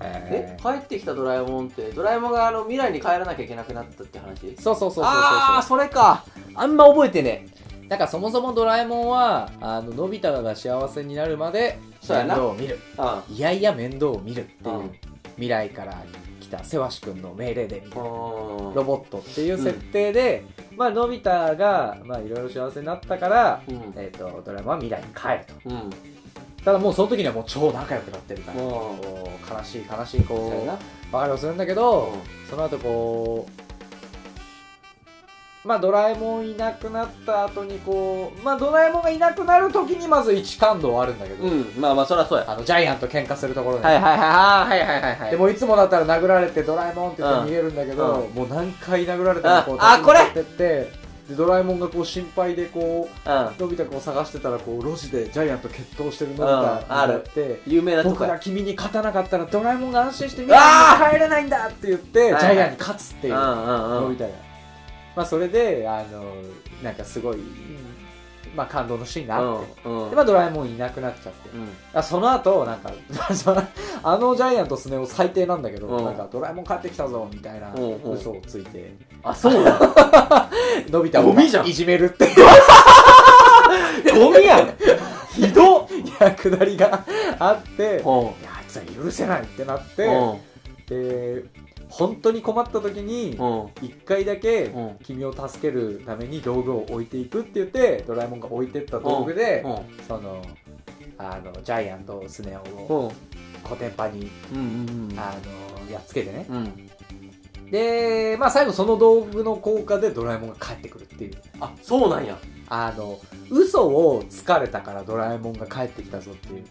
S1: え
S2: え
S1: 帰ってきたドラえもんってドラえもんがあの未来に帰らなきゃいけなくなったって話そう
S2: そうそうそうそうそう
S1: ああそれかあんま覚えてねえ
S2: なんかそもそもドラえもんはあののび太が幸せになるまで
S1: そうや
S2: 面
S1: な
S2: 倒を見る
S1: あ
S2: いやいや面倒を見るっていう、
S1: うん
S2: 未来から来たせわし君の命令でみたいなロ
S1: ロ
S2: ボットっていう設定で、まあのび太がまあいろいろ幸せになったから、
S1: うん
S2: えー、とドラえもんは未来に帰ると
S1: うん
S2: ただもうその時にはもう超仲良くなってるから、
S1: もう
S2: こう悲しい悲しい
S1: そうや
S2: こ
S1: な
S2: う別れをするんだけど、その後こうまあドラえもんいなくなった後にこうまあドラえもんがいなくなる時にまず一感動はあるんだけど、
S1: うんまあまあそりゃそうや
S2: あのジャイアンと喧嘩するところで、
S1: はいはいはいはいはいはいはい
S2: でもいつもだったら殴られてドラえもんって言って逃げるんだけど、
S1: う
S2: もう何回殴られたらこう
S1: うんあこれ
S2: 立ち向かってってでドラえもんがこう心配でこう
S1: うん
S2: のび太くんを探してたらこう路地でジャイアンと決闘してるのび
S1: うん
S2: 太
S1: ある
S2: がって
S1: 有名なと
S2: 僕
S1: こ
S2: が
S1: や
S2: 君に勝たなかったらドラえもんが安心して未
S1: あ
S2: 来に帰れないんだって言って
S1: い
S2: ジ
S1: はい
S2: ャイアンに勝つって
S1: う
S2: い
S1: ん
S2: う
S1: うん
S2: の
S1: う
S2: び
S1: ん
S2: 太が、まあ、それであのなんかすごい、まあ、感動のシーンがあって、
S1: うんうん
S2: でまあ、ドラえもんいなくなっちゃって、
S1: うん
S2: あその後なんか あのジャイアントスネ夫最低なんだけど、
S1: うん
S2: なんかドラえもん帰ってきたぞみたいな
S1: うんうん
S2: 嘘をついて、
S1: あそうだ
S2: のび太
S1: ゴミじゃ
S2: を
S1: ん
S2: いじめるってい う
S1: ゴミやんひどっ
S2: いやくだりが あって、い
S1: うん
S2: やあいつは許せないってなって、
S1: うん
S2: で本当に困った時に
S1: うん
S2: 一回だけ
S1: うん
S2: 君を助けるために道具を置いていくって言ってドラえもんが置いてった道具で、
S1: う
S2: そのあのジャイアントスネ夫を
S1: ん
S2: コテンパンに、
S1: うんうん
S2: あのやっつけてね、
S1: うん
S2: で、まあ、最後その道具の効果でドラえもんが帰ってくるっていう
S1: あそうなんや
S2: あの嘘をつかれたからドラえもんが帰ってきたぞってい
S1: う
S2: う
S1: ん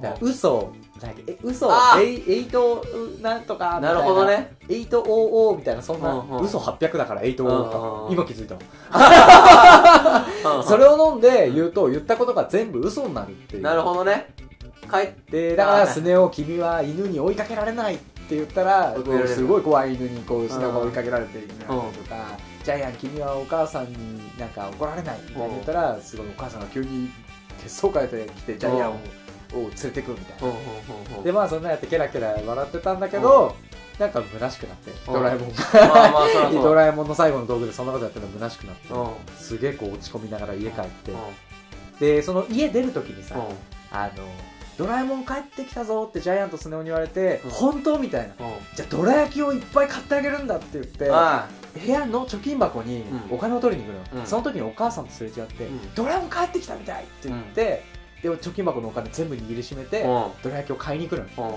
S2: だから嘘をなんかえ嘘を
S1: あー
S2: えい8なんとかみ
S1: な
S2: た
S1: いる
S2: な
S1: ほどね
S2: 800みたいなそんな、
S1: うんうん
S2: 嘘800だから800
S1: うん
S2: か、
S1: うん
S2: 今気づいたの
S1: そ
S2: それを飲んで言うと言ったことが全部嘘になるっていう
S1: なるほどね帰っ
S2: でだか
S1: あ
S2: ら
S1: ー
S2: スネ夫君は犬に追いかけられないって言ったら
S1: 追いかけられる
S2: すごい怖い犬にこうスネ夫が追いかけられてるとか、ジャイアン君はお母さんになんか怒られないみたいに言ったら、すごいお母さんが急に血相変えてきてジャイアンを,、を連れてくるみたい
S1: う
S2: な、
S1: んうんうんうん
S2: でまあそんなやってケラケラ笑ってたんだけど、なんか虚しくなって、
S1: うん
S2: ドラえもんが、
S1: まあまあそりゃそう
S2: ド
S1: だ
S2: ラえもんの最後の道具でそんなことやってるの虚しくなって、
S1: うんうん
S2: すげえこう落ち込みながら家帰って、でその家出る時にさ、あのドラえもん帰ってきたぞってジャイアントスネ夫に言われて、
S1: うん
S2: 本当みたいな
S1: うん
S2: じゃあどら焼きをいっぱい買ってあげるんだって言って
S1: あ
S2: 部屋の貯金箱に
S1: うん
S2: お金を取りに行くの、
S1: うん
S2: その時にお母さんとすれ違って、
S1: うん
S2: ドラえもん帰ってきたみたいって言って、で貯金箱のお金全部握りしめて、
S1: あうん
S2: どら焼きを買いに来るの
S1: うん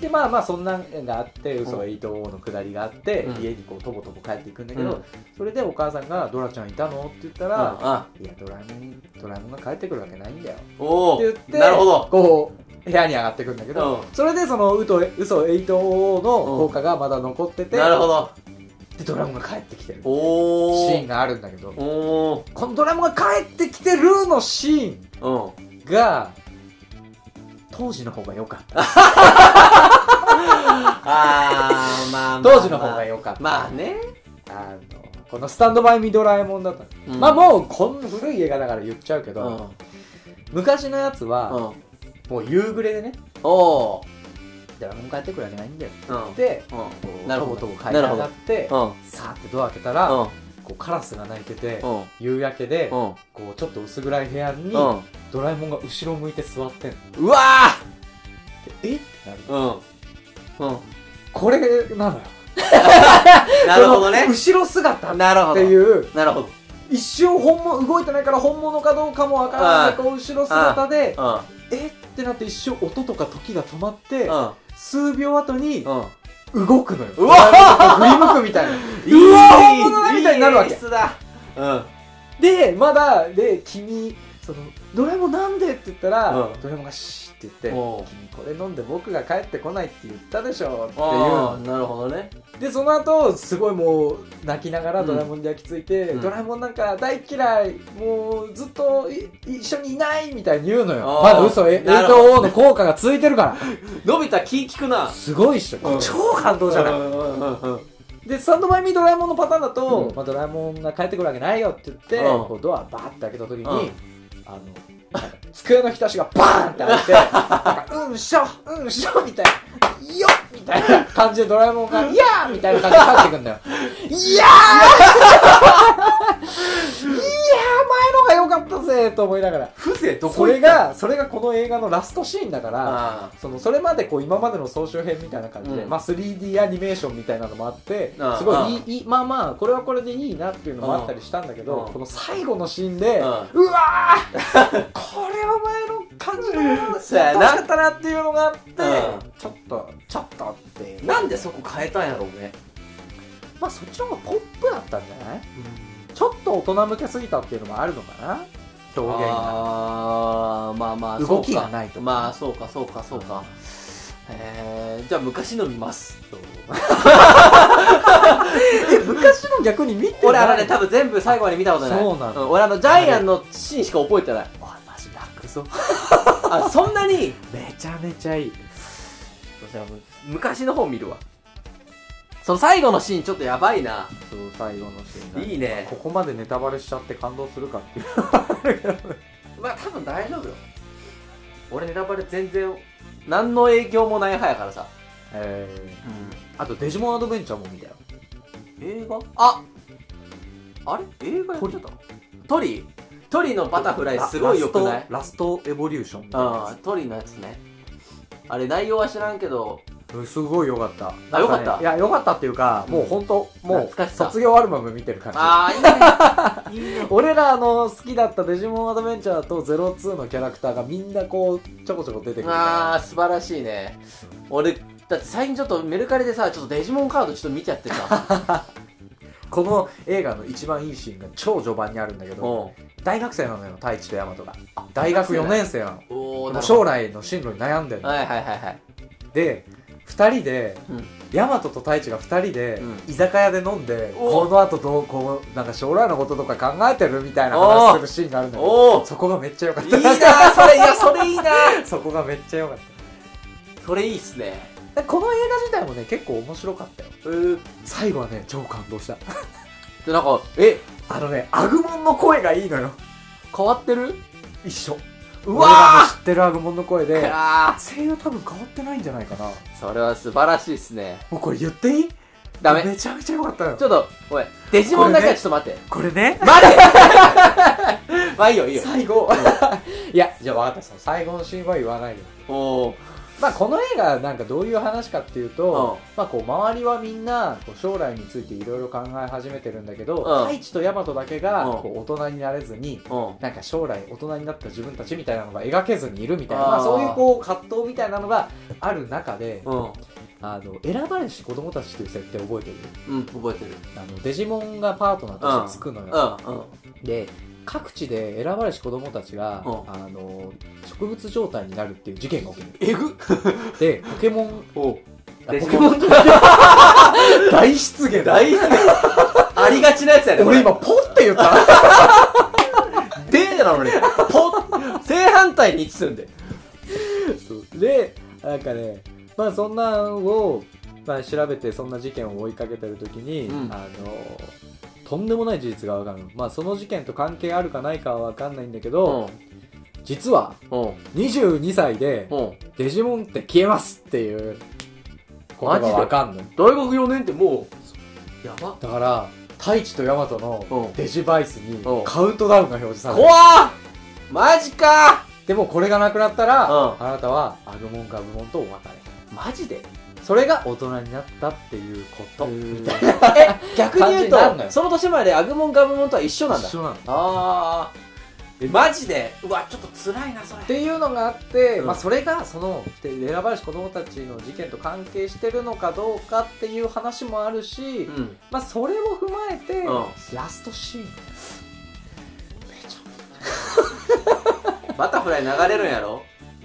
S2: でまあまあそんなんがあって嘘がいいと思うのくだりがあって、
S1: うん
S2: 家にこうとぼとぼ帰っていくんだけど、
S1: うん
S2: それでお母さんが「ドラちゃんいたの?」って言ったら「
S1: あ
S2: いやドラえもんドラえもんが帰ってくるわけないんだよ」
S1: お
S2: っ
S1: お
S2: て言って
S1: なるほど
S2: こう部屋に上がってくんだけ
S1: う
S2: ど、それでそのうと嘘エイトの効果がまだ残ってて、
S1: んなるほど
S2: でドラえもんが帰ってきてる
S1: おお
S2: シーンがあるんだけど
S1: おー
S2: この「ドラえもんが帰ってきてる」のシー
S1: う
S2: ン
S1: ん
S2: が当時の方が良かった
S1: あーまあまあ
S2: 当時の方が良かった、
S1: まあね
S2: あのこの「スタンドバイ・ミ・ドラえもん」だったの、
S1: うん
S2: まあもうこんな古い映画だから言っちゃうけ
S1: う
S2: ど、
S1: ん
S2: 昔のやつ
S1: う
S2: は、
S1: ん
S2: もう夕暮れでね
S1: おー
S2: ドラえもん帰ってくるわけないんだよって
S1: うん
S2: 言って
S1: う
S2: こう
S1: なるほど
S2: とぼとぼ階段上がって
S1: ん
S2: さーってドア開けたら、
S1: うん
S2: こうカラスが鳴いてて、
S1: うん
S2: 夕焼けで、
S1: うん
S2: こうちょっと薄暗い部屋に、
S1: うん
S2: ドラえもんが後ろ向いて座ってんの
S1: うわ
S2: えってなる
S1: ーうんうん
S2: これなのよ
S1: なるほどね
S2: その後ろ姿っ
S1: なるほど
S2: ていう
S1: なるほど
S2: 一瞬本物動いてないから本物かどうかもわからないこう後ろ姿で
S1: うん
S2: えってなって一瞬音とか時が止まって
S1: うん
S2: 数秒後に
S1: うん
S2: 動くのよ
S1: うわ
S2: 振り向くみたいな
S1: いう
S2: わ
S1: い
S2: 本物だみたいになるわけ
S1: いい演出だうん
S2: でまだで君その「ドラえもんなんで?」って言ったら、
S1: うん
S2: ドラえもんが「シー」って言って
S1: おう
S2: 「君これ飲んで僕が帰ってこないって言ったでしょ」っていう
S1: あ
S2: の
S1: あなるほどね
S2: でその後すごいもう泣きながらドラえもんに焼き付いて、
S1: うん
S2: ドラえもんなんか大嫌いもうずっとい一緒にいないみたいに言うのよ
S1: あー
S2: まだ嘘え
S1: なるほ
S2: 冷
S1: ど
S2: 凍王の効果がついてるか
S1: のび太気利くな
S2: らすごいっしょ、
S1: うん
S2: 超感動じゃない、
S1: うんうんうん
S2: で3度前にドラえもんのパターンだと、
S1: うん
S2: まあ、ドラえもんが帰ってくるわけないよって言って、
S1: うん
S2: こうドアバーって開けた時に、
S1: ん
S2: あのなんか机の引き出しがバーンって開い てなんかうんしょうんしょみたいなよっみたいな感じでドラえもんが「いやー!」みたいな感じで帰ってくるんだよ「いやー! 」いやー前のが良かったぜと思いながら
S1: 風情ど
S2: そ
S1: こ行
S2: れ
S1: った
S2: がそれがこの映画のラストシーンだから
S1: あ
S2: そのそれまでこう今までの総集編みたいな感じで、
S1: うん
S2: まあ、3D アニメーションみたいなのもあって
S1: うん
S2: すごいいいいいまあまあこれはこれでいいなっていうのもあったりしたんだけど
S1: うん
S2: この最後のシーンで、う
S1: うん
S2: わーこれは前の感じのやっ
S1: そうやな
S2: てほしかったなっていうのがあって、
S1: う
S2: ちょっとちょっとって
S1: あなんでそこ変えたんやろうね
S2: まあそっちの方がポップだったんじゃないちょっと大人向けすぎたっていうのもあるのかな表現が
S1: あーまあまあ
S2: 動き
S1: そうか
S2: がないと
S1: まあそうかそうかそうかえー、じゃあ昔の見ます
S2: え昔の逆に見て
S1: 俺あのね多分全部最後まで見たことない
S2: そうなの
S1: ん俺あのジャイアンのシーンしか覚えてない
S2: おいマジ泣くぞ
S1: あそんなに
S2: めちゃめちゃいい
S1: じゃあ昔の方見るわその最後のシーンちょっとやばいな
S2: そう最後のシーンが
S1: いいね
S2: ここまでネタバレしちゃって感動するかっていう
S1: まあ多分大丈夫よ俺ネタバレ全然何の影響もない派やからさ、
S2: えあとデジモンアドベンチャーも見たよ
S1: 映画ああれ映画やってたトリトリのバタフライすごい良くない
S2: ラストラストエボリューションみたいな
S1: うん
S2: や
S1: トリのやつねあれ内容は知らんけど
S2: つうんすごいよかった
S1: あよかった
S2: なんねいやよかったっていうかもう本当
S1: 懐
S2: もう
S1: かしさ
S2: 卒業アルバム見てる感
S1: ああいいねいいね
S2: じ俺らあの好きだったデジモンアドベンチャーとゼロツーのキャラクターがみんなこうちょこちょこ出てく
S1: あ
S2: るか
S1: あ素晴らしいね俺だって最近ちょっとメルカリでさちょっとデジモンカードちょっと見ちゃって さ
S2: らこの映画の一番いいシーンが超序盤にあるんだけど
S1: お
S2: 大学生なのよ太一と大和が大学4年生なの
S1: おー
S2: も
S1: な
S2: う
S1: るほ
S2: 将来の進路に悩んでる
S1: ど
S2: の
S1: はいはいはいはい
S2: で2人で、
S1: うん
S2: ヤマトと太一が2人で、
S1: う
S2: 居酒屋で飲んで
S1: お
S2: この後どうこうなんか将来のこととか考えてるみたいな話するシーンがあるんだけど
S1: おお
S2: そこがめっちゃ良かっ
S1: いいな
S2: た
S1: ーそれいやそれいいなー
S2: そこがめっちゃ良かった
S1: それいいっすね
S2: でこの映画自体もね結構面白かったよ
S1: えー、
S2: 最後はね超感動した
S1: でなんかえ
S2: あのねアグモンの声がいいのよ
S1: 変わってる
S2: 一緒
S1: う
S2: 俺ら
S1: わ
S2: の知ってるアグモンの声
S1: ー
S2: で
S1: あ
S2: 声優多分変わってないんじゃないかなも
S1: ーそれは素晴らしいっすね
S2: うこれ言っていい
S1: ダメ
S2: めちゃめちゃ良かったよ
S1: ちょっとおいデジモンだけはちょっと待って、
S2: これね
S1: 待て まあいいよいいよ
S2: 最後いやじゃあ分かったその最後のシーンは言わないよ
S1: おー
S2: まあこの映画なんかどういう話かっていうと、
S1: う
S2: まあこう周りはみんなこう将来についていろいろ考え始めてるんだけど、
S1: うん
S2: 太一と大和だけが
S1: うん
S2: こう大人になれずに
S1: うん
S2: なんか将来大人になった自分たちみたいなのが描けずにいるみたいな
S1: あー
S2: まあ、そういうこう葛藤みたいなのがある中で、
S1: うん
S2: あの選ばれし子供たちっていう設定覚えてる
S1: うん覚えてる
S2: あのデジモンがパートナーとしてつくのよ、
S1: うんうん
S2: で各地で選ばれし子供たちが、
S1: うん
S2: あの植物状態になるっていう事件が起きる
S1: えぐ
S2: でポケモン
S1: お
S2: あ
S1: デ
S2: ポ
S1: ジ
S2: ケ
S1: モン
S2: モ ン大失言だ
S1: 大好きありがちなやつやね
S2: 俺今
S1: こ
S2: ポって言った
S1: れでなのにポ正反対に位置するんで
S2: でなんかねまあそんなんを、まあ、調べてそんな事件を追いかけてる時に、
S1: うん
S2: あのとんでもない事実が分かるまあその事件と関係あるかないかは分かんないんだけど、実は
S1: うん
S2: 22歳で
S1: うん
S2: デジモンって消えますっていうことが分かんの
S1: 大学4年ってもうやば
S2: だから太一とヤマト
S1: う
S2: の
S1: ん
S2: デジバイスに
S1: うん
S2: カウントダウンが表示され
S1: 怖
S2: る
S1: っマジか
S2: でもこれがなくなったら、
S1: うん
S2: あなたはアグモンガブモンとお別れ
S1: マジで
S2: それが大人になったっていうことみたいな
S1: え逆に言う
S2: 感じになるの
S1: と
S2: よ
S1: その年までアグモンガブモンとは一緒なんだ
S2: 一緒なのっ
S1: あーえマジでうわちょっと辛いなそれ
S2: ていうのがあって、
S1: うん
S2: まあ、それがその選ばれし子供たちの事件と関係してるのかどうかっていう話もあるし、
S1: うん
S2: まあ、それを踏まえて、
S1: うん
S2: ラストシーンめち
S1: バタフライ流れるんやろ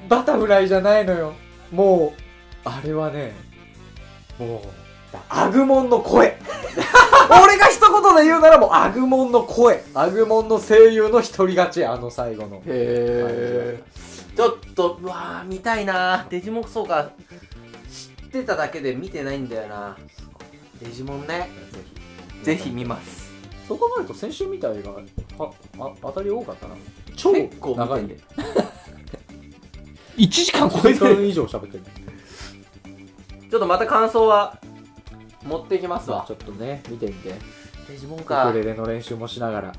S2: バタフライじゃないのよもうあれはねもうアグモンの声 俺が一言で言うならもうアグモンの声アグモンの声優の独り勝ちあの最後の
S1: へえちょっとうわー見たいなデジモンそうか知ってただけで見てないんだよなデジモンねぜひ見ます
S2: そう考えると先週見た映画ああ当たり多かったな超
S1: 結構見
S2: 長
S1: て
S2: い
S1: んで
S3: 1時間
S2: 1時間以上喋ってる
S1: ちょっとまた感想は持ってきますわ
S2: ちょっとね見てみて
S1: デジモン
S2: ウ
S1: か
S2: クレレの練習もしながら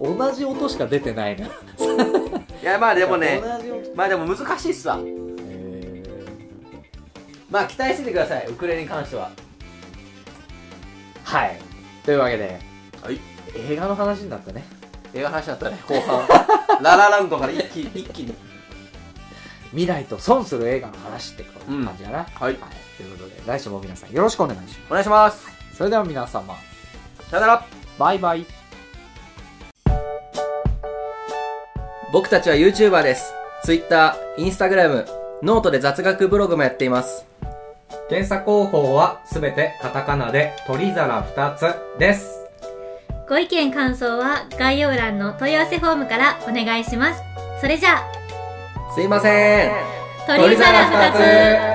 S2: 同じ音しか出てないな、
S1: いやまあでもね
S2: 同じ音
S1: まあでも難しいっすわ
S2: えー
S1: まあ期待しててくださいウクレレに関しては
S2: はいというわけで、
S1: はい
S2: 映画の話になったね
S1: 映画話だったね後半ララランドから一気一気に
S2: 未来と損する映画の話ってこんな感じか
S1: は
S2: な、
S1: い
S2: はい、ということで来週も皆さんよろしくお願いしま
S1: お願いします
S2: すそれでは皆様
S1: さよなら
S2: バイバイ
S1: 僕たちは YouTuber です。Twitter、Instagram、ノートで雑学ブログもやっています。
S4: 検査方法はすべてカタカナで鳥皿2つです。
S5: ご意見感想は概要欄の問い合わせフォームからお願いします。それじゃあ、
S1: すいません。
S5: 鳥皿
S4: 二つ
S5: 2つ